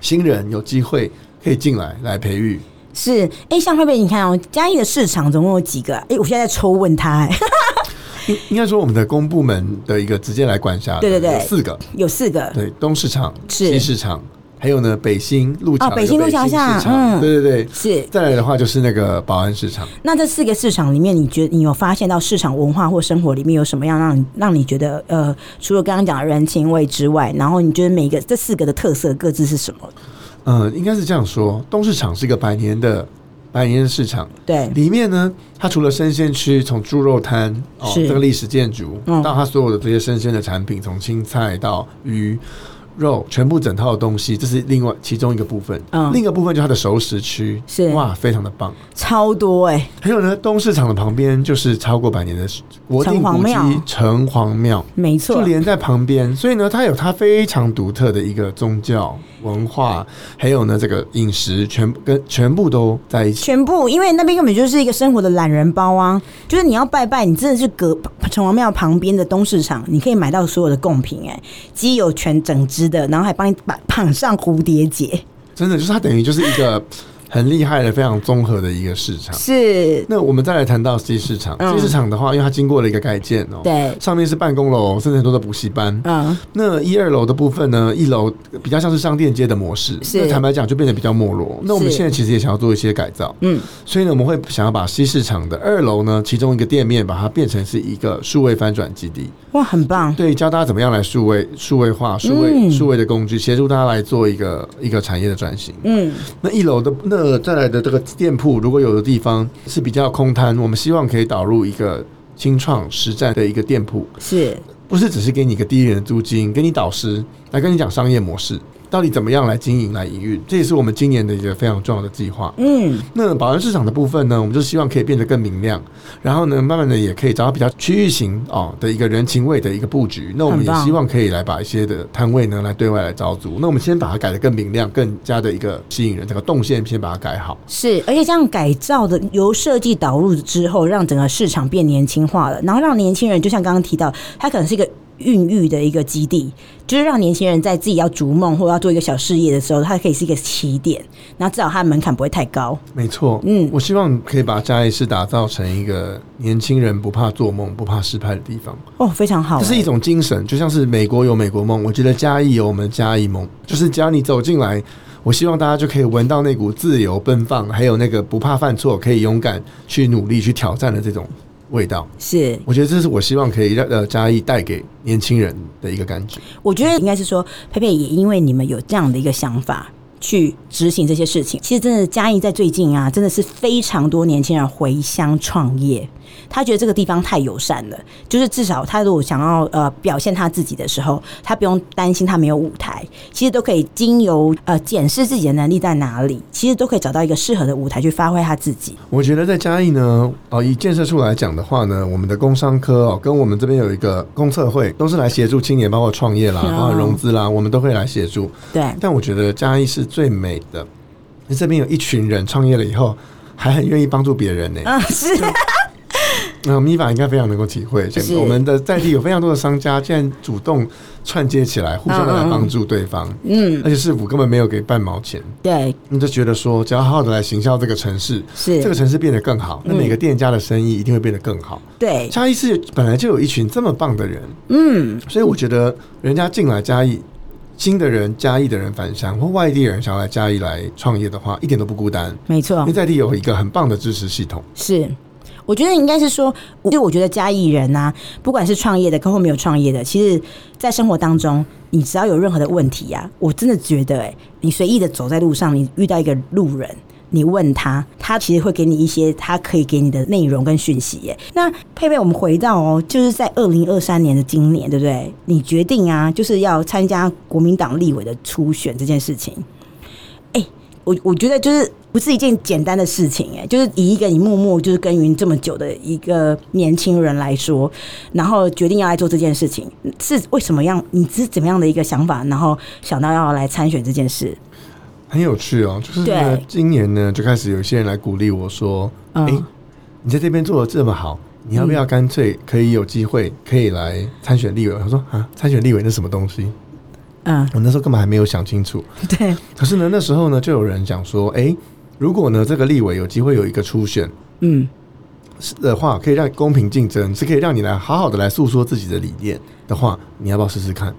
S2: 新人有机会可以进来来培育。
S1: 是，哎、像会不会你看哦，嘉义的市场总共有几个啊？哎、我现在在抽问他、哎
S2: 应应该说，我们的公部门的一个直接来管辖的，
S1: 对对对
S2: 有四个，
S1: 有四个，
S2: 对东市场、
S1: 是
S2: 西市场。还有呢北新路桥
S1: 哦北新路桥下
S2: 有个北新市
S1: 嗯
S2: 场对对对。
S1: 是。
S2: 再来的话就是那个保安市场，
S1: 那这四个市场里面，你觉得你有发现到市场文化或生活里面有什么样让你让你觉得呃，除了刚刚讲的人情味之外，然后你觉得每一个这四个的特色各自是什么？
S2: 嗯、应该是这样说，东市场是一个百年的百年的市场，
S1: 对，
S2: 里面呢，它除了生鲜区，从猪肉摊哦
S1: 是
S2: 这个历史建筑，
S1: 嗯
S2: 到它所有的这些生鲜的产品，从青菜到鱼。肉全部整套的东西，这是另外其中一个部分。
S1: 嗯
S2: 另一个部分就是它的熟食区，
S1: 是
S2: 哇，非常的棒。
S1: 超多哎、
S2: 还有呢，东市场的旁边就是超过百年的国定
S1: 城隍
S2: 古迹
S1: 庙
S2: 城隍庙，
S1: 没错
S2: 就，连在旁边，所以呢，它有它非常独特的一个宗教文化，还有呢这个饮食全部跟全部都在一起。
S1: 全部，因为那边根本就是一个生活的懒人包啊，就是你要拜拜，你真的是隔城隍庙旁边的东市场，你可以买到所有的贡品、哎，鸡有全整只的，然后还帮你绑绑上蝴蝶结，
S2: 真的就是它等于就是一个很厉害的、非常综合的一个市场。
S1: 是，
S2: 那我们再来谈到 C 市场、
S1: 嗯
S2: c 市场的话，因为它经过了一个改建哦，
S1: 对，
S2: 上面是办公楼，甚至很多的补习班。
S1: 嗯，
S2: 那一二楼的部分呢，一楼比较像是商店街的模式，
S1: 是
S2: 那坦白讲就变得比较没落。那我们
S1: 是
S2: 现在其实也想要做一些改造，
S1: 嗯，
S2: 所以呢，我们会想要把西市场的二楼呢，其中一个店面把它变成是一个数位翻转基地，
S1: 哇，很棒，
S2: 对，教大家怎么样来数位、数位化、数位、
S1: 嗯
S2: 数位的工具，协助大家来做一个一个产业的转型。
S1: 嗯，
S2: 那一楼的那再来的这个店铺，如果有的地方是比较空摊，我们希望可以导入一个清创实战的一个店铺，
S1: 是，
S2: 不是只是给你一个低廉的租金，给你导师来跟你讲商业模式，到底怎么样来经营来营运，这也是我们今年的一个非常重要的计划。
S1: 嗯，
S2: 那保安市场的部分呢，我们就希望可以变得更明亮，然后呢，慢慢的也可以找到比较区域型哦的一个人情味的一个布局。那我们
S1: 很
S2: 也
S1: 棒
S2: 希望可以来把一些的摊位呢来对外来招租。那我们先把它改得更明亮，更加的一个吸引人，整个动线先把它改好。
S1: 是，而且这样改造的由设计导入之后，让整个市场变年轻化了，然后让年轻人就像刚刚提到，它可能是一个孕育的一个基地，就是让年轻人在自己要逐梦或要做一个小事业的时候，它可以是一个起点，然后至少它的门槛不会太高。
S2: 没错，
S1: 嗯
S2: 我希望可以把嘉义市打造成一个年轻人不怕做梦、不怕失败的地方。
S1: 哦，非常好、
S2: 这是一种精神，就像是美国有美国梦，我觉得嘉义有我们嘉义梦，就是只要你走进来，我希望大家就可以闻到那股自由奔放，还有那个不怕犯错，可以勇敢去努力去挑战的这种味道。
S1: 是
S2: 我觉得这是我希望可以让呃嘉义带给年轻人的一个感觉。
S1: 我觉得应该是说，佩佩也因为你们有这样的一个想法。去执行这些事情，其实真的嘉义在最近啊，真的是非常多年轻人回乡创业。他觉得这个地方太友善了，就是至少他如果想要呃表现他自己的时候，他不用担心他没有舞台，其实都可以经由呃检视自己的能力在哪里，其实都可以找到一个适合的舞台去发挥他自己。
S2: 我觉得在嘉义呢，哦，以建设处来讲的话呢，我们的工商科哦，跟我们这边有一个公测会，都是来协助青年，包括创业啦，
S1: 哦
S2: 包括融资啦，我们都会来协助。
S1: 对，
S2: 但我觉得嘉义是最美的，你这边有一群人创业了以后，还很愿意帮助别人呢、
S1: 啊 是，
S2: 那米法应该非常能够体会，
S1: 是
S2: 我们的在地有非常多的商家，竟然主动串接起来，互相的来帮助对方，
S1: 嗯，
S2: 而且市府根本没有给半毛钱，
S1: 对，
S2: 你就觉得说，只要好好的来行销这个城市。
S1: 是，嗯
S2: 这个城市变得更好，那每个店家的生意一定会变得更好。
S1: 对，
S2: 嘉义市本来就有一群这么棒的人，
S1: 嗯，
S2: 所以我觉得人家进来嘉义，新的人嘉义的人返乡或外地人想要来嘉义来创业的话，一点都不孤单，
S1: 没错，
S2: 因为在地有一个很棒的支持系统。
S1: 是。我觉得应该是说，我就我觉得嘉义人呐、不管是创业的，跟或没有创业的，其实，在生活当中，你只要有任何的问题啊，我真的觉得、欸，你随意的走在路上，你遇到一个路人，你问他，他其实会给你一些他可以给你的内容跟讯息、欸。那佩佩，我们回到哦，就是在二零二三年的今年，对不对？你决定啊，就是要参加国民党立委的初选这件事情。我我觉得就是不是一件简单的事情哎、就是以一个你默默就是耕耘这么久的一个年轻人来说，然后决定要来做这件事情，是为什么样？你是怎么样的一个想法？然后想到要来参选这件事？
S2: 很有趣哦，就是呢
S1: 对，
S2: 今年呢就开始有一些人来鼓励我说：“哎、
S1: 嗯
S2: 你在这边做的这么好，你要不要干脆可以有机会可以来参选立委？”我说：“啊，参选立委那什么东西？
S1: 嗯，
S2: 我那时候根本还没有想清楚。
S1: 对，
S2: 可是呢，那时候呢就有人讲说：‘哎、如果呢这个立委有机会有一个初选
S1: 嗯，
S2: 的话，可以让公平竞争，是可以让你来好好的来诉说自己的理念的话，你要不要试试看？’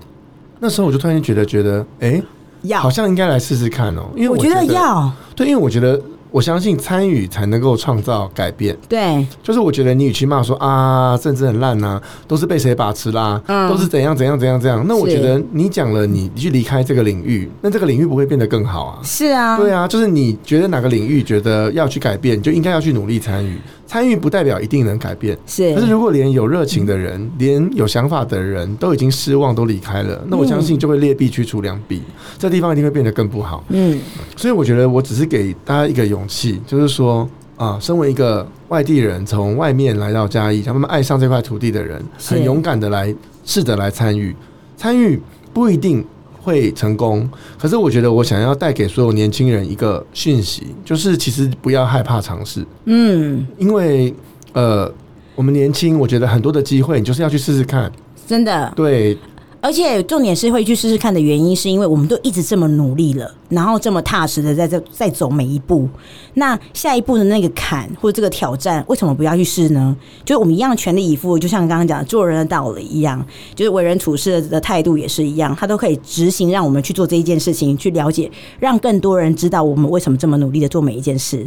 S2: 那时候我就突然间觉得，觉得哎、
S1: 要
S2: 好像应该来试试看哦，因为
S1: 我
S2: 觉
S1: 觉得要
S2: 对，因为我觉得我相信参与才能够创造改变。
S1: 对
S2: 就是我觉得你与其骂说啊政治很烂呐、都是被谁把持啦、
S1: 嗯
S2: 都是怎样怎样怎样怎样，那我
S1: 是
S2: 觉得你讲了你你去离开这个领域，那这个领域不会变得更好啊。
S1: 是啊，
S2: 对啊，就是你觉得哪个领域觉得要去改变，你就应该要去努力参与。参与不代表一定能改变，可是
S1: 是
S2: 如果连有热情的人、连有想法的人都已经失望、都离开了，那我相信就会劣币驱逐良币，这地方一定会变得更不好。
S1: 嗯
S2: 所以我觉得我只是给大家一个勇气，就是说啊，身为一个外地人，从外面来到嘉义，他们爱上这块土地的人，
S1: 是
S2: 很勇敢的来试着来参与，参与不一定。会成功，可是我觉得我想要带给所有年轻人一个讯息，就是其实不要害怕尝试，
S1: 嗯，
S2: 因为呃，我们年轻，我觉得很多的机会，你就是要去试试看。
S1: 真的，
S2: 对，
S1: 而且重点是会去试试看的原因，是因为我们都一直这么努力了，然后这么踏实的在这在走每一步。那下一步的那个坎或者这个挑战，为什么不要去试呢？就是我们一样全力以赴，就像刚刚讲的做人的道理一样，就是为人处事的态度也是一样，它都可以执行，让我们去做这一件事情，去了解，让更多人知道我们为什么这么努力的做每一件事。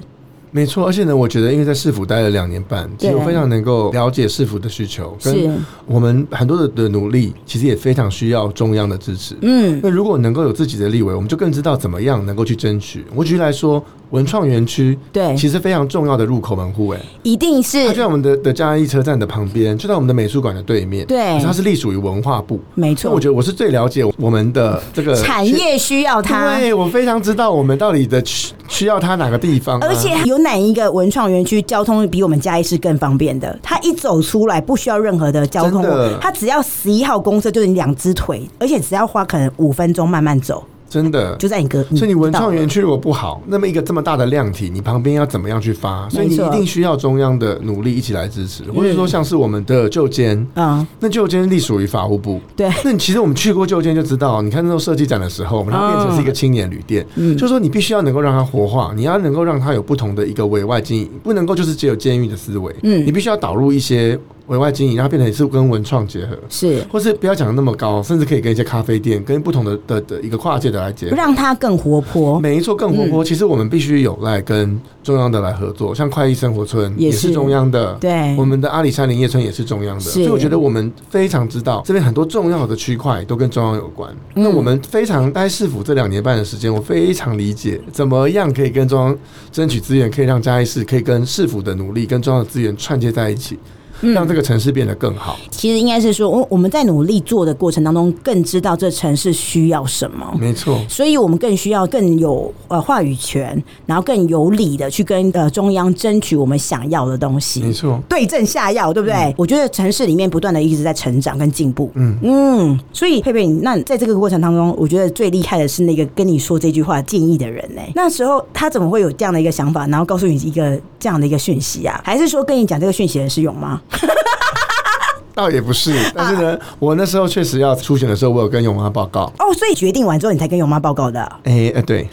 S2: 没错。而且呢，我觉得因为在市府待了两年半，其实
S1: 对
S2: 我非常能够了解市府的需求，
S1: 是
S2: 跟我们很多的的努力，其实也非常需要中央的支持。
S1: 嗯，
S2: 那如果能够有自己的立委，我们就更知道怎么样能够去争取。我举例来说，文创园区
S1: 对，
S2: 其实非常重要的入口门户，哎，
S1: 一定
S2: 它
S1: 是
S2: 就在我们的的嘉义车站的旁边，就在我们的美术馆的对面，
S1: 对
S2: 可是它是隶属于文化部。
S1: 没
S2: 所
S1: 错
S2: 以我觉，得我是最了解我们的这个
S1: 产业需要它。
S2: 对，我非常知道我们到底的需需要它哪个地方啊、
S1: 而且有哪一个文创园区交通比我们嘉义市更方便的？它一走出来不需要任何的交通
S2: 真的，
S1: 它只要十一号公车就是你两只腿，而且只要花可能五分钟慢慢走，
S2: 真的，
S1: 就在你隔。
S2: 所以你文
S1: 嗯
S2: 创
S1: 到了
S2: 园区如果不好，那么一个这么大的量体，你旁边要怎么样去发？所以
S1: 没
S2: 你
S1: 错
S2: 一定需要中央的努力一起来支持，或者说像是我们的旧监。
S1: 嗯，
S2: 那旧监隶属于法务部，
S1: 对
S2: 那你其实我们去过旧监就知道，你看那时候设计展的时候，我们
S1: 啊
S2: 它变成是一个青年旅店，
S1: 嗯
S2: 就是说你必须要能够让它活化，你要能够让它有不同的一个委外经营，不能够就是只有监狱的思维，
S1: 嗯
S2: 你必须要导入一些委外经营，让它变成是跟文创结合，
S1: 是
S2: 或是不要讲得那么高，甚至可以跟一些咖啡店、跟不同的的的一个跨界的来结合。
S1: 让它更活泼。
S2: 哦每一座更活
S1: 嗯
S2: 泼，其实我们必须有赖跟中央的来合作，像快意生活村
S1: 也
S2: 也
S1: 是
S2: 是中央的，
S1: 对
S2: 我们的阿里山林业村也是中央的，
S1: 是
S2: 所以我觉得我们非常知道这边很多重要的区块都跟中央有关。
S1: 嗯
S2: 那我们非常待市府这两年半的时间，我非常理解怎么样可以跟中央争取资源，可以让嘉义市可以跟市府的努力跟中央的资源串接在一起，
S1: 嗯
S2: 让这个城市变得更好。
S1: 其实应该是说，我我们在努力做的过程当中，更知道这城市需要什么。
S2: 没错，
S1: 所以我们更需要更有呃话语权，然后更有理的去跟呃中央争取我们想要的东西。
S2: 没错。
S1: 对症下药，对不对？
S2: 嗯
S1: 我觉得城市里面不断的一直在成长跟进步。嗯嗯，所以佩佩，那在这个过程当中，我觉得最厉害的是那个跟你说这句话建议的人呢、那时候他怎么会有这样的一个想法，然后告诉你一个这样的一个讯息啊？还是说跟你讲这个讯息的是勇吗？
S2: 倒也不是，但 是呢，
S1: 啊
S2: 我那时候确实要初选的时候，我有跟永华报告。，
S1: 哦，所以决定完之后你才跟勇妈报告的啊
S2: 哎、呃，对，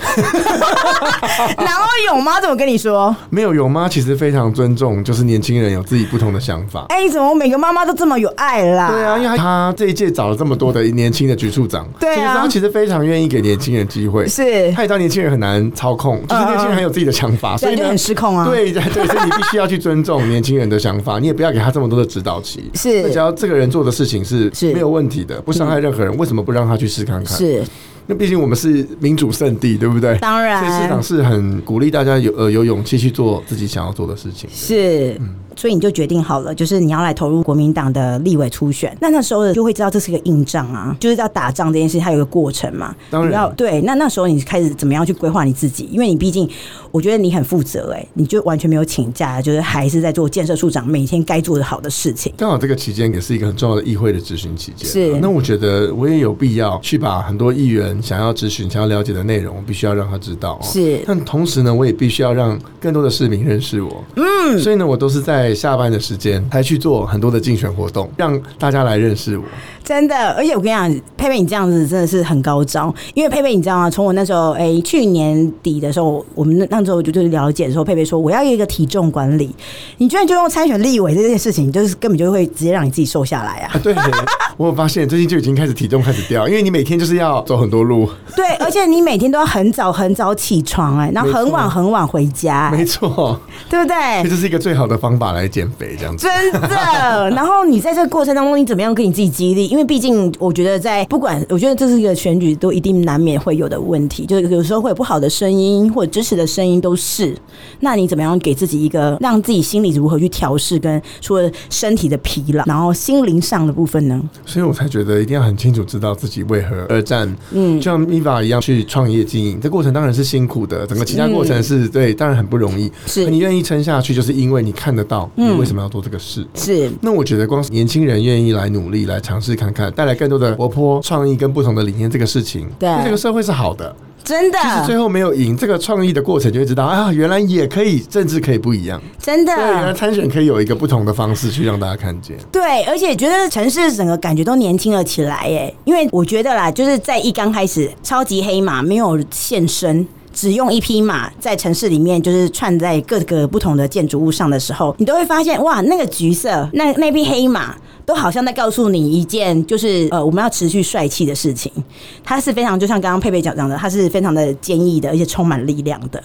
S1: 然后勇妈怎么跟你说？
S2: 没有有妈其实非常尊重，就是年轻人有自己不同的想法。
S1: 哎、怎么每个妈妈都这么有爱啦？
S2: 对啊，因为他这一届找了这么多的年轻的局处长，
S1: 对啊
S2: 其实他其实非常愿意给年轻人机会。
S1: 是啊
S2: 他也知道年轻人很难操控，就是年轻人很有自己的想法，所以
S1: 对，
S2: 呢
S1: 就很失控啊。，
S2: 对对对，所以你必须要去尊重年轻人的想法，你也不要给他这么多的指导期。
S1: 是
S2: 那只要这个人做的事情是
S1: 是嗯
S2: 没有问题的，不伤害任何人，为什么不让他去试看看？
S1: 是
S2: 那毕竟我们是民主圣地，对不对？
S1: 当然
S2: 所以市长是很鼓励大家有呃有勇气去做自己想要做的事情。
S1: 是，所以你就决定好了，就是你要来投入国民党的立委初选。那那时候就会知道这是个硬仗啊，就是要打仗这件事，它有一个过程嘛。
S2: 当然
S1: 你要对。那那时候你开始怎么样去规划你自己？因为你毕竟，我觉得你很负责、哎，你就完全没有请假，就是还是在做建设处长每天该做的好的事情。
S2: 刚好这个期间也是一个很重要的议会的质询期间，啊
S1: 是
S2: 那我觉得我也有必要去把很多议员想要质询、想要了解的内容，我必须要让他知道、哦。
S1: 是
S2: 但同时呢，我也必须要让更多的市民认识我。嗯，所以呢，我都是在在下班的时间还去做很多的竞选活动，让大家来 认识我。
S1: 真的，而且我跟你讲，佩佩你这样子真的是很高招，因为佩佩你知道吗？从我那时候，哎、去年底的时候，我们那那时候就就是了解的时候，佩佩说我要一个体重管理，你居然就用参选立委这件事情，就是根本就会直接让你自己瘦下来 啊！
S2: 啊，对耶，我有发现最近就已经开始体重开始掉，因为你每天就是要走很多路，
S1: 对，而且你每天都要很早很早起床、哎，然后很晚
S2: 没错
S1: 很晚回家、哎
S2: 没错，
S1: 对不
S2: 这
S1: 对？
S2: 就是一个最好的方法来减肥，这样子。
S1: 真的， 然后你在这个过程当中，你怎么样跟你自己激励？因为毕竟，我觉得在不管，我觉得这是一个选举，都一定难免会有的问题，就是有时候会有不好的声音或者支持的声音都是。那你怎么样给自己一个让自己心里如何去调试，跟除了身体的疲劳，然后心灵上的部分呢？
S2: 所以我才觉得一定要很清楚知道自己为何而战。嗯，就像 Miva 一样去创业经营，这过程当然是辛苦的，整个其他过程是、对，当然很不容易。
S1: 是嗯
S2: 你愿意撑下去，就是因为你看得到你为什么要做这个事。
S1: 是
S2: 那我觉得，光是年轻人愿意来努力、来尝试看看，带来更多的活泼、创意跟不同的理念，这个事情
S1: 对嗯
S2: 对这个社会是好的。
S1: 真的，
S2: 即使最后没有赢，这个创意的过程就会知道啊，原来也可以，政治可以不一样。
S1: 真的，
S2: 对，原来参选可以有一个不同的方式去让大家看见。
S1: 对，而且觉得城市整个感觉都年轻了起来耶，因为我觉得啦，就是在一刚开始，超级黑马没有现身。只用一匹马在城市里面，就是串在各个不同的建筑物上的时候，你都会发现，哇，那个橘色，那那匹黑马，都好像在告诉你一件，就是呃，我们要持续帅气的事情。它是非常，就像刚刚佩佩讲讲的，它是非常的坚毅的，而且充满力量的。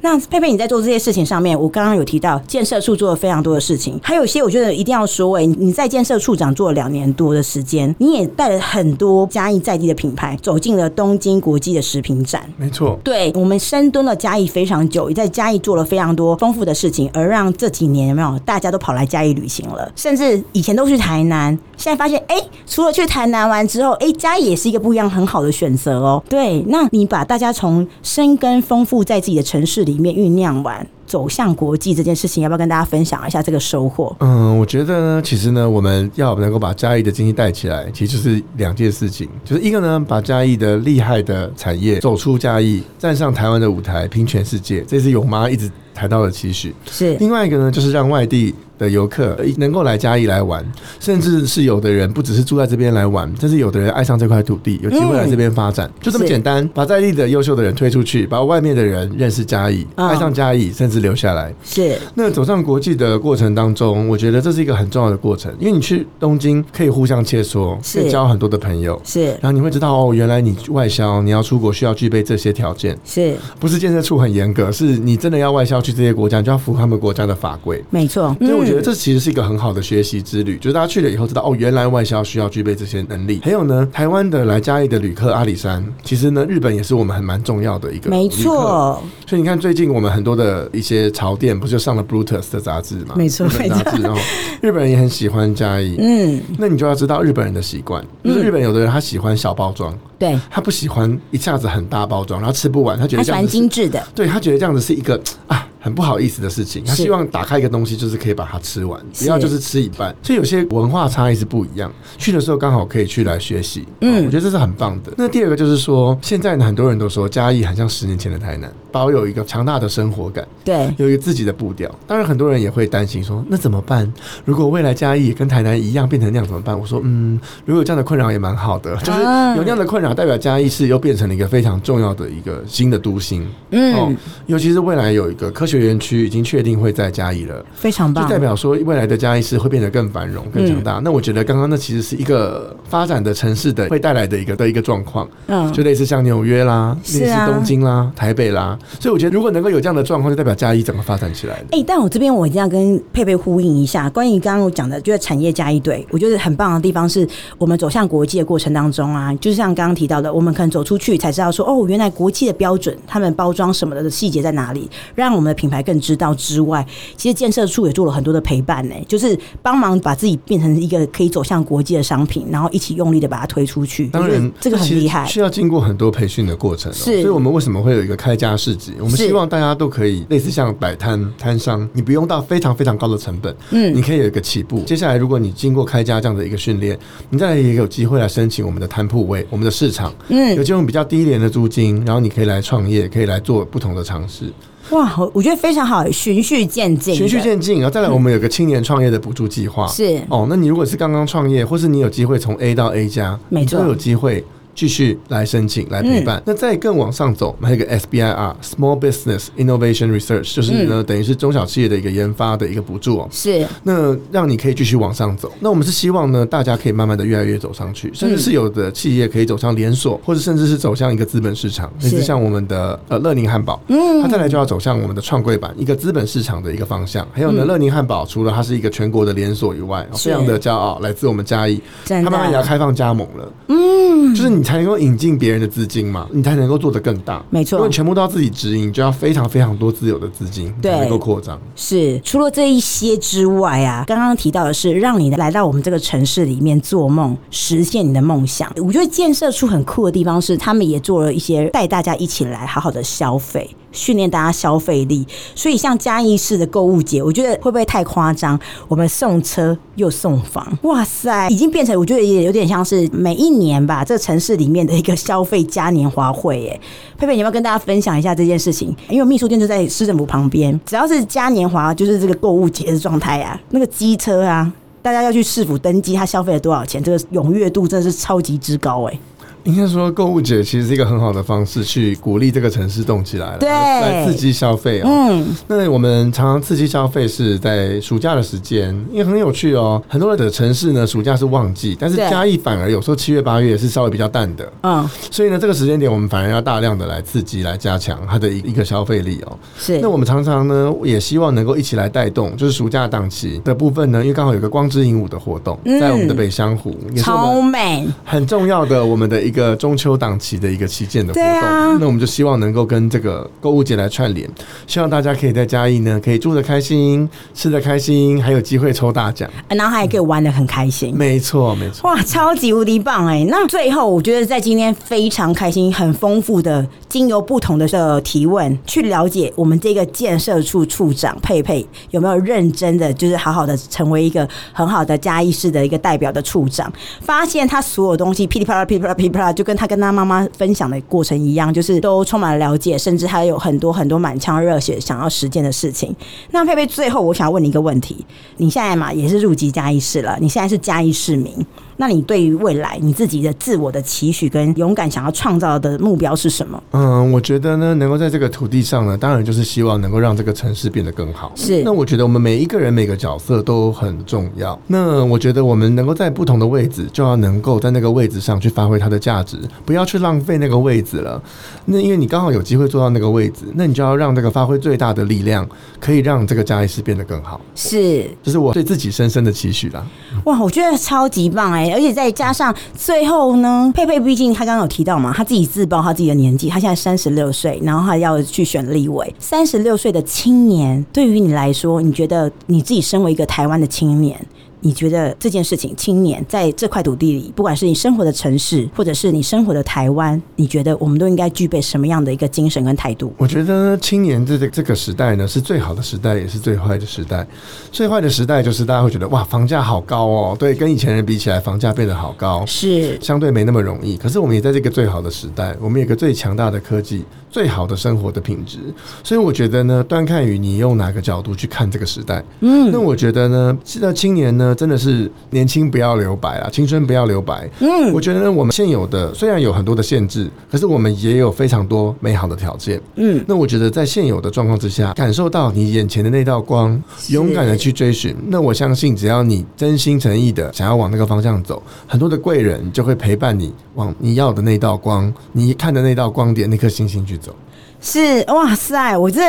S1: 那佩佩，你在做这些事情上面，我刚刚有提到建设处做了非常多的事情，还有一些我觉得一定要说、欸，你在建设处长做了两年多的时间，你也带了很多嘉义在地的品牌走进了东京国际的食品展。
S2: 没错，
S1: 对我们深蹲了嘉义非常久，也在嘉义做了非常多丰富的事情，而让这几年有没有大家都跑来嘉义旅行了，甚至以前都去台南，现在发现哎、诶除了去台南玩之后，哎、嘉义也是一个不一样很好的选择哦。对，那你把大家从深根丰富在自己的城市里面酝酿完，走向国际这件事情，要不要跟大家分享一下这个收获？
S2: 嗯，我觉得呢，其实呢，我们要能够把嘉义的经济带起来，其实就是两件事情，就是一个呢，把嘉义的厉害的产业走出嘉义，站上台湾的舞台，拼全世界，这是有妈一直谈到的期许。
S1: 是
S2: 另外一个呢，就是让外地的游客呃能够来嘉义来玩，甚至是有的人不只是住在这边来玩，甚至有的人爱上这块土地，有机会来这边发展，就这么
S1: 是
S2: 简单。把在地的优秀的人推出去，把外面的人认识嘉义，
S1: 嗯
S2: 爱上嘉义，甚至留下来。
S1: 是，
S2: 那走上国际的过程当中，我觉得这是一个很重要的过程，因为你去东京可以互相切磋，
S1: 是
S2: 可以交很多的朋友，
S1: 是
S2: 然后你会知道哦，原来你外销，你要出国需要具备这些条件，
S1: 是，
S2: 不是建设处很严格，是你真的要外销去这些国家，你就要符合他们国家的法规。
S1: 没错。
S2: 所以我觉得这其实是一个很好的学习之旅，就是大家去了以后知道哦，原来外销需要具备这些能力。还有呢，台湾的来嘉义的旅客阿里山，其实呢，日本也是我们很蛮重要的一个
S1: 嗯没
S2: 旅客
S1: 错，
S2: 所以你看，最近我们很多的一些潮店，不就上了 Brutus 的杂志嘛？
S1: 没错
S2: 日本杂志，然后日本人也很喜欢嘉义。
S1: 嗯，
S2: 那你就要知道日本人的习惯，就是日本有的人他喜欢小包装，
S1: 对，
S2: 他不喜欢一下子很大包装，然后吃不完，他觉
S1: 他
S2: 得
S1: 喜
S2: 这
S1: 欢
S2: 样子是
S1: 精，致的，
S2: 对他觉得这样子是一个啊很不好意思的事情。他希望打开一个东西，就是可以把它吃完，
S1: 是
S2: 不要就是吃一半。所以有些文化差异是不一样，去的时候刚好可以去来学习。
S1: 嗯
S2: 嗯，我觉得这是很棒的。那第二个就是说，现在呢很多人都说嘉义很像十年前的台南，保有一个强大的生活感。
S1: 对，
S2: 有一个自己的步调。当然，很多人也会担心说，那怎么办？如果未来嘉义也跟台南一样变成那样怎么办？我说，嗯，如果有这样的困扰也蛮好的，就是
S1: 啊
S2: 有那样的困扰，代表嘉义市又变成了一个非常重要的一个新的都心。
S1: 嗯，
S2: 哦，尤其是未来有一个科学园区已经确定会在嘉义了。
S1: 非常
S2: 就
S1: 棒嗯
S2: 代。表说，未来的嘉义市会变得更繁荣、更强大。那我觉得刚刚那其实是一个发展的城市的会带来的一个的一个状况。
S1: 嗯，
S2: 就类似像纽约啦，
S1: 是
S2: 类
S1: 啊
S2: 似东京啦、台北啦，所以我觉得如果能够有这样的状况，就代表嘉义整个发展起来的。
S1: 哎、但我这边我一定要跟佩佩呼应一下，关于刚刚我讲的，就是产业加一堆，我觉得很棒的地方是我们走向国际的过程当中啊，就是像刚刚提到的，我们可能走出去才知道说，哦，原来国际的标准，他们包装什么的细节在哪里，让我们的品牌更知道之外，其实建设处也做了很多的陪伴呢、就是帮忙把自己变成一个可以走向国际的商品，然后一起用力的把它推出去，
S2: 当
S1: 我觉
S2: 然
S1: 得，这个很
S2: 其实
S1: 厉害，
S2: 需要经过很多培训的过程、哦。
S1: 是
S2: 所以我们为什么会有一个开价市集？我们
S1: 是
S2: 希望大家都可以类似像摆摊摊商，你不用到非常非常高的成本，
S1: 嗯
S2: 你可以有一个起步。接下来，如果你经过开价这样的一个训练，你再来也有机会来申请我们的摊铺位、我们的市场，
S1: 嗯
S2: 有。这种比较低廉的租金，然后你可以来创业，可以来做不同的尝试。
S1: 哇，我我觉得非常好，循序渐进的，
S2: 循序渐进，然后再
S1: 嗯
S2: 来，我们有个青年创业的补助计划。
S1: 是
S2: 哦，那你如果是刚刚创业，或是你有机会从 A 到 A 加，
S1: 没
S2: 你
S1: 错嗯
S2: 都有机会。继续来申请来陪伴，那再更往上走，还有一个 SBIR Small Business Innovation Research，就是
S1: 嗯
S2: 呢，等于是中小企业的一个研发的一个补助哦。
S1: 是
S2: 那让你可以继续往上走。那我们是希望呢，大家可以慢慢的越来越走上去，
S1: 嗯
S2: 甚至是有的企业可以走向连锁，或者甚至是走向一个资本市场，
S1: 是
S2: 甚至像我们的呃乐宁汉堡，嗯，它再来就要走向我们的创柜板一个资本市场的一个方向。还有呢，乐宁汉堡除了它是一个全国的连锁以外，哦
S1: 嗯是
S2: 非常的骄傲，来自我们嘉义，
S1: 真
S2: 它慢慢也要
S1: 的，
S2: 开放加盟了，嗯，就是你才能够引进别人的资金嘛，你才能够做得更大。
S1: 没错
S2: 如果你全部都要自己直营，你就要非常非常多自有的资金，你才
S1: 对
S2: 能够扩张。
S1: 是除了这一些之外啊，刚刚提到的是让你来到我们这个城市里面做梦，实现你的梦想。我觉得建设出很酷的地方是，他们也做了一些带大家一起来好好的消费，训练大家消费力。所以像嘉义市的购物节，我觉得会不会太夸张？我们送车又送房，哇塞，已经变成我觉得也有点像是每一年吧，这城市里面的一个消费嘉年华会。耶，佩佩，你要不要跟大家分享一下这件事情？因为秘书店就在市政府旁边，只要是嘉年华，就是这个购物节的状态啊，那个机车啊。大家要去市府登记，他消费了多少钱？这个踊跃度真的是超级之高哎、
S2: 应该说，购物节其实是一个很好的方式，去鼓励这个城市动起来了，
S1: 对
S2: 来刺激消费哦。
S1: 嗯，
S2: 那我们常常刺激消费是在暑假的时间，因为很有趣哦。很多的城市呢，暑假是旺季，但是
S1: 对
S2: 嘉义反而有时候七月八月是稍微比较淡的，
S1: 嗯，
S2: 所以呢，这个时间点我们反而要大量的来刺激，来加强它的一一个消费力哦。
S1: 是
S2: 那我们常常呢，也希望能够一起来带动，就是暑假档期的部分呢，因为刚好有个光之影舞的活动，在我们的北香湖，也是我
S1: 嗯
S2: 们
S1: 超美，
S2: 很重要的我们的一个中秋档期的一个旗舰的活动，
S1: 对啊
S2: 那我们就希望能够跟这个购物节来串联，希望大家可以在嘉义呢，可以住的开心，吃的开心，还有机会抽大奖。
S1: 然后还可以玩的很开心。
S2: 没错，没错。
S1: 哇，超级无敌棒哎！那最后，我觉得在今天非常开心、很丰富的，经由不同的呃提问，去了解我们这个建设处处长佩佩有没有认真的，就是好好的成为一个很好的嘉义市的一个代表的处长。发现他所有东西噼里啪啦、噼里啪啦、噼里啪啦，就跟他跟他妈妈分享的过程一样，就是都充满了了解，甚至还有很多很多满腔热血想要实践的事情。那佩佩，最后我想问你一个问题：你现在嘛也是入籍嘉义市了，你现在是嘉义市民，那你对于未来你自己的自我的期许跟勇敢想要创造的目标是什么？
S2: 嗯，我觉得呢，能够在这个土地上呢，当然就是希望能够让这个城市变得更好。
S1: 是
S2: 那我觉得我们每一个人每个角色都很重要。那我觉得我们能够在不同的位置，就要能够在那个位置上去发挥它的价值，不要去浪费那个位置了。那因为你刚好有机会坐到那个位置，那你就要让这个发挥最大的力量，可以让这个嘉义市变得更好。
S1: 是
S2: 这是我对自己深深的期许啦。
S1: 哇，我觉得超级棒哎、而且再加上最后呢，佩佩毕竟她刚刚有提到嘛，她自己自曝她自己的年纪，她现在三十六岁，然后她要去选立委。三十六岁的青年，对于你来说，你觉得你自己身为一个台湾的青年？你觉得这件事情，青年在这块土地里，不管是你生活的城市，或者是你生活的台湾，你觉得我们都应该具备什么样的一个精神跟态度？
S2: 我觉得呢青年这个这个时代呢，是最好的时代，也是最坏的时代。最坏的时代就是大家会觉得哇，房价好高哦，对，跟以前人比起来，房价变得好高，
S1: 是
S2: 相对没那么容易。可是我们也在这个最好的时代，我们有个最强大的科技，最好的生活的品质。所以我觉得呢，端看于你用哪个角度去看这个时代。嗯，那我觉得呢，现在青年呢，真的是年轻不要留白啊，青春不要留白。嗯，我觉得呢，我们现有的虽然有很多的限制，可是我们也有非常多美好的条件。
S1: 嗯，
S2: 那我觉得在现有的状况之下，感受到你眼前的那道光，勇敢的去追寻。那我相信，只要你真心诚意的想要往那个方向走，很多的贵人就会陪伴你往你要的那道光，你看的那道光点那颗星星去走。
S1: 是，哇塞，我这。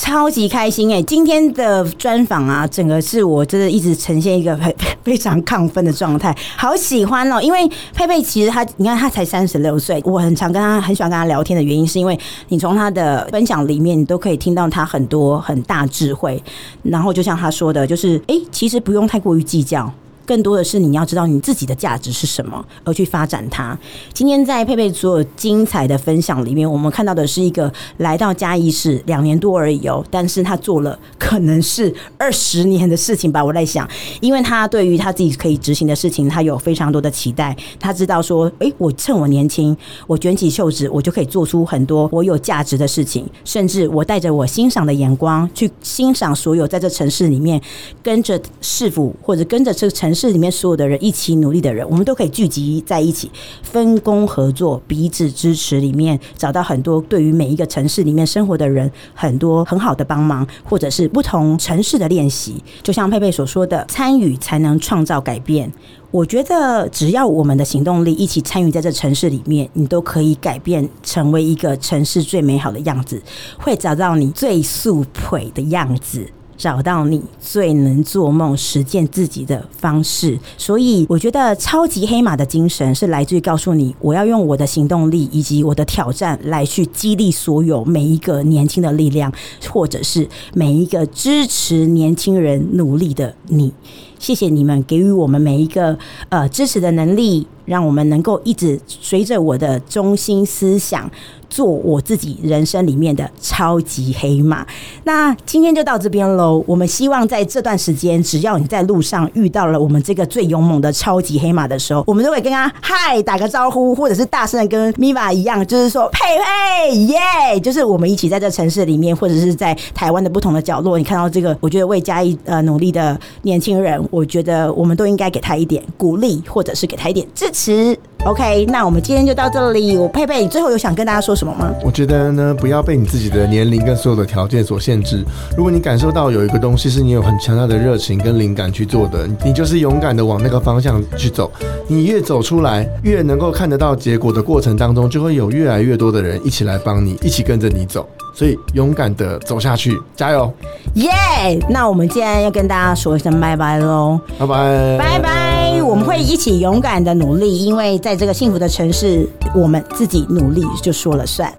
S1: 超级开心哎、今天的专访啊，整个是我真的一直呈现一个 很非常亢奋的状态，好喜欢哦！因为佩佩其实她，你看她才三十六岁，我很常跟她很喜欢跟她聊天的原因，是因为你从她的分享里面，你都可以听到她很多很大智慧。然后就像她说的，就是哎、诶其实不用太过于计较。更多的是你要知道你自己的价值是什么，而去发展它。今天在佩佩所有精彩的分享里面，我们看到的是一个来到嘉义市两年多而已哦，但是他做了可能是二十年的事情吧，我在想，因为他对于他自己可以执行的事情，他有非常多的期待，他知道说，诶，我趁我年轻，我卷起袖子，我就可以做出很多我有价值的事情，甚至我带着我欣赏的眼光去欣赏所有在这城市里面跟着市府或者跟着这个城市里面所有的人一起努力的人，我们都可以聚集在一起，分工合作，彼此支持，里面找到很多对于每一个城市里面生活的人很多很好的帮忙，或者是不同城市的练习。就像佩佩所说的，参与才能创造改变。我觉得只要我们的行动力一起参与在这城市里面，你都可以改变，成为一个城市最美好的样子，会找到你最素朴的样子。找到你最能做梦、实践自己的方式。所以，我觉得超级黑马的精神是来自于告诉你，我要用我的行动力以及我的挑战来去激励所有每一个年轻的力量，或者是每一个支持年轻人努力的你。谢谢你们给予我们每一个呃支持的能力，让我们能够一直随着我的中心思想做我自己人生里面的超级黑马。那今天就到这边喽。我们希望在这段时间，只要你在路上遇到了我们这个最勇猛的超级黑马的时候，我们都会跟他嗨打个招呼，或者是大声的跟 Miva 一样，就是说佩佩耶就是我们一起在这城市里面，或者是在台湾的不同的角落，你看到这个，我觉得为嘉义呃努力的年轻人，我觉得我们都应该给他一点鼓励，或者是给他一点支持。OK，那我们今天就到这里。我佩佩，你最后有想跟大家说什么吗？
S2: 我觉得呢，不要被你自己的年龄跟所有的条件所限制。如果你感受到有一个东西是你有很强大的热情跟灵感去做的，你就是勇敢的往那个方向去走。你越走出来，越能够看得到结果的过程当中，就会有越来越多的人一起来帮你，一起跟着你走。所以勇敢的走下去，加油！
S1: 耶、那我们今天要跟大家说一声拜拜喽。
S2: 拜拜，
S1: 拜拜！我们会一起勇敢的努力，因为在这个幸福的城市，我们自己努力就说了算。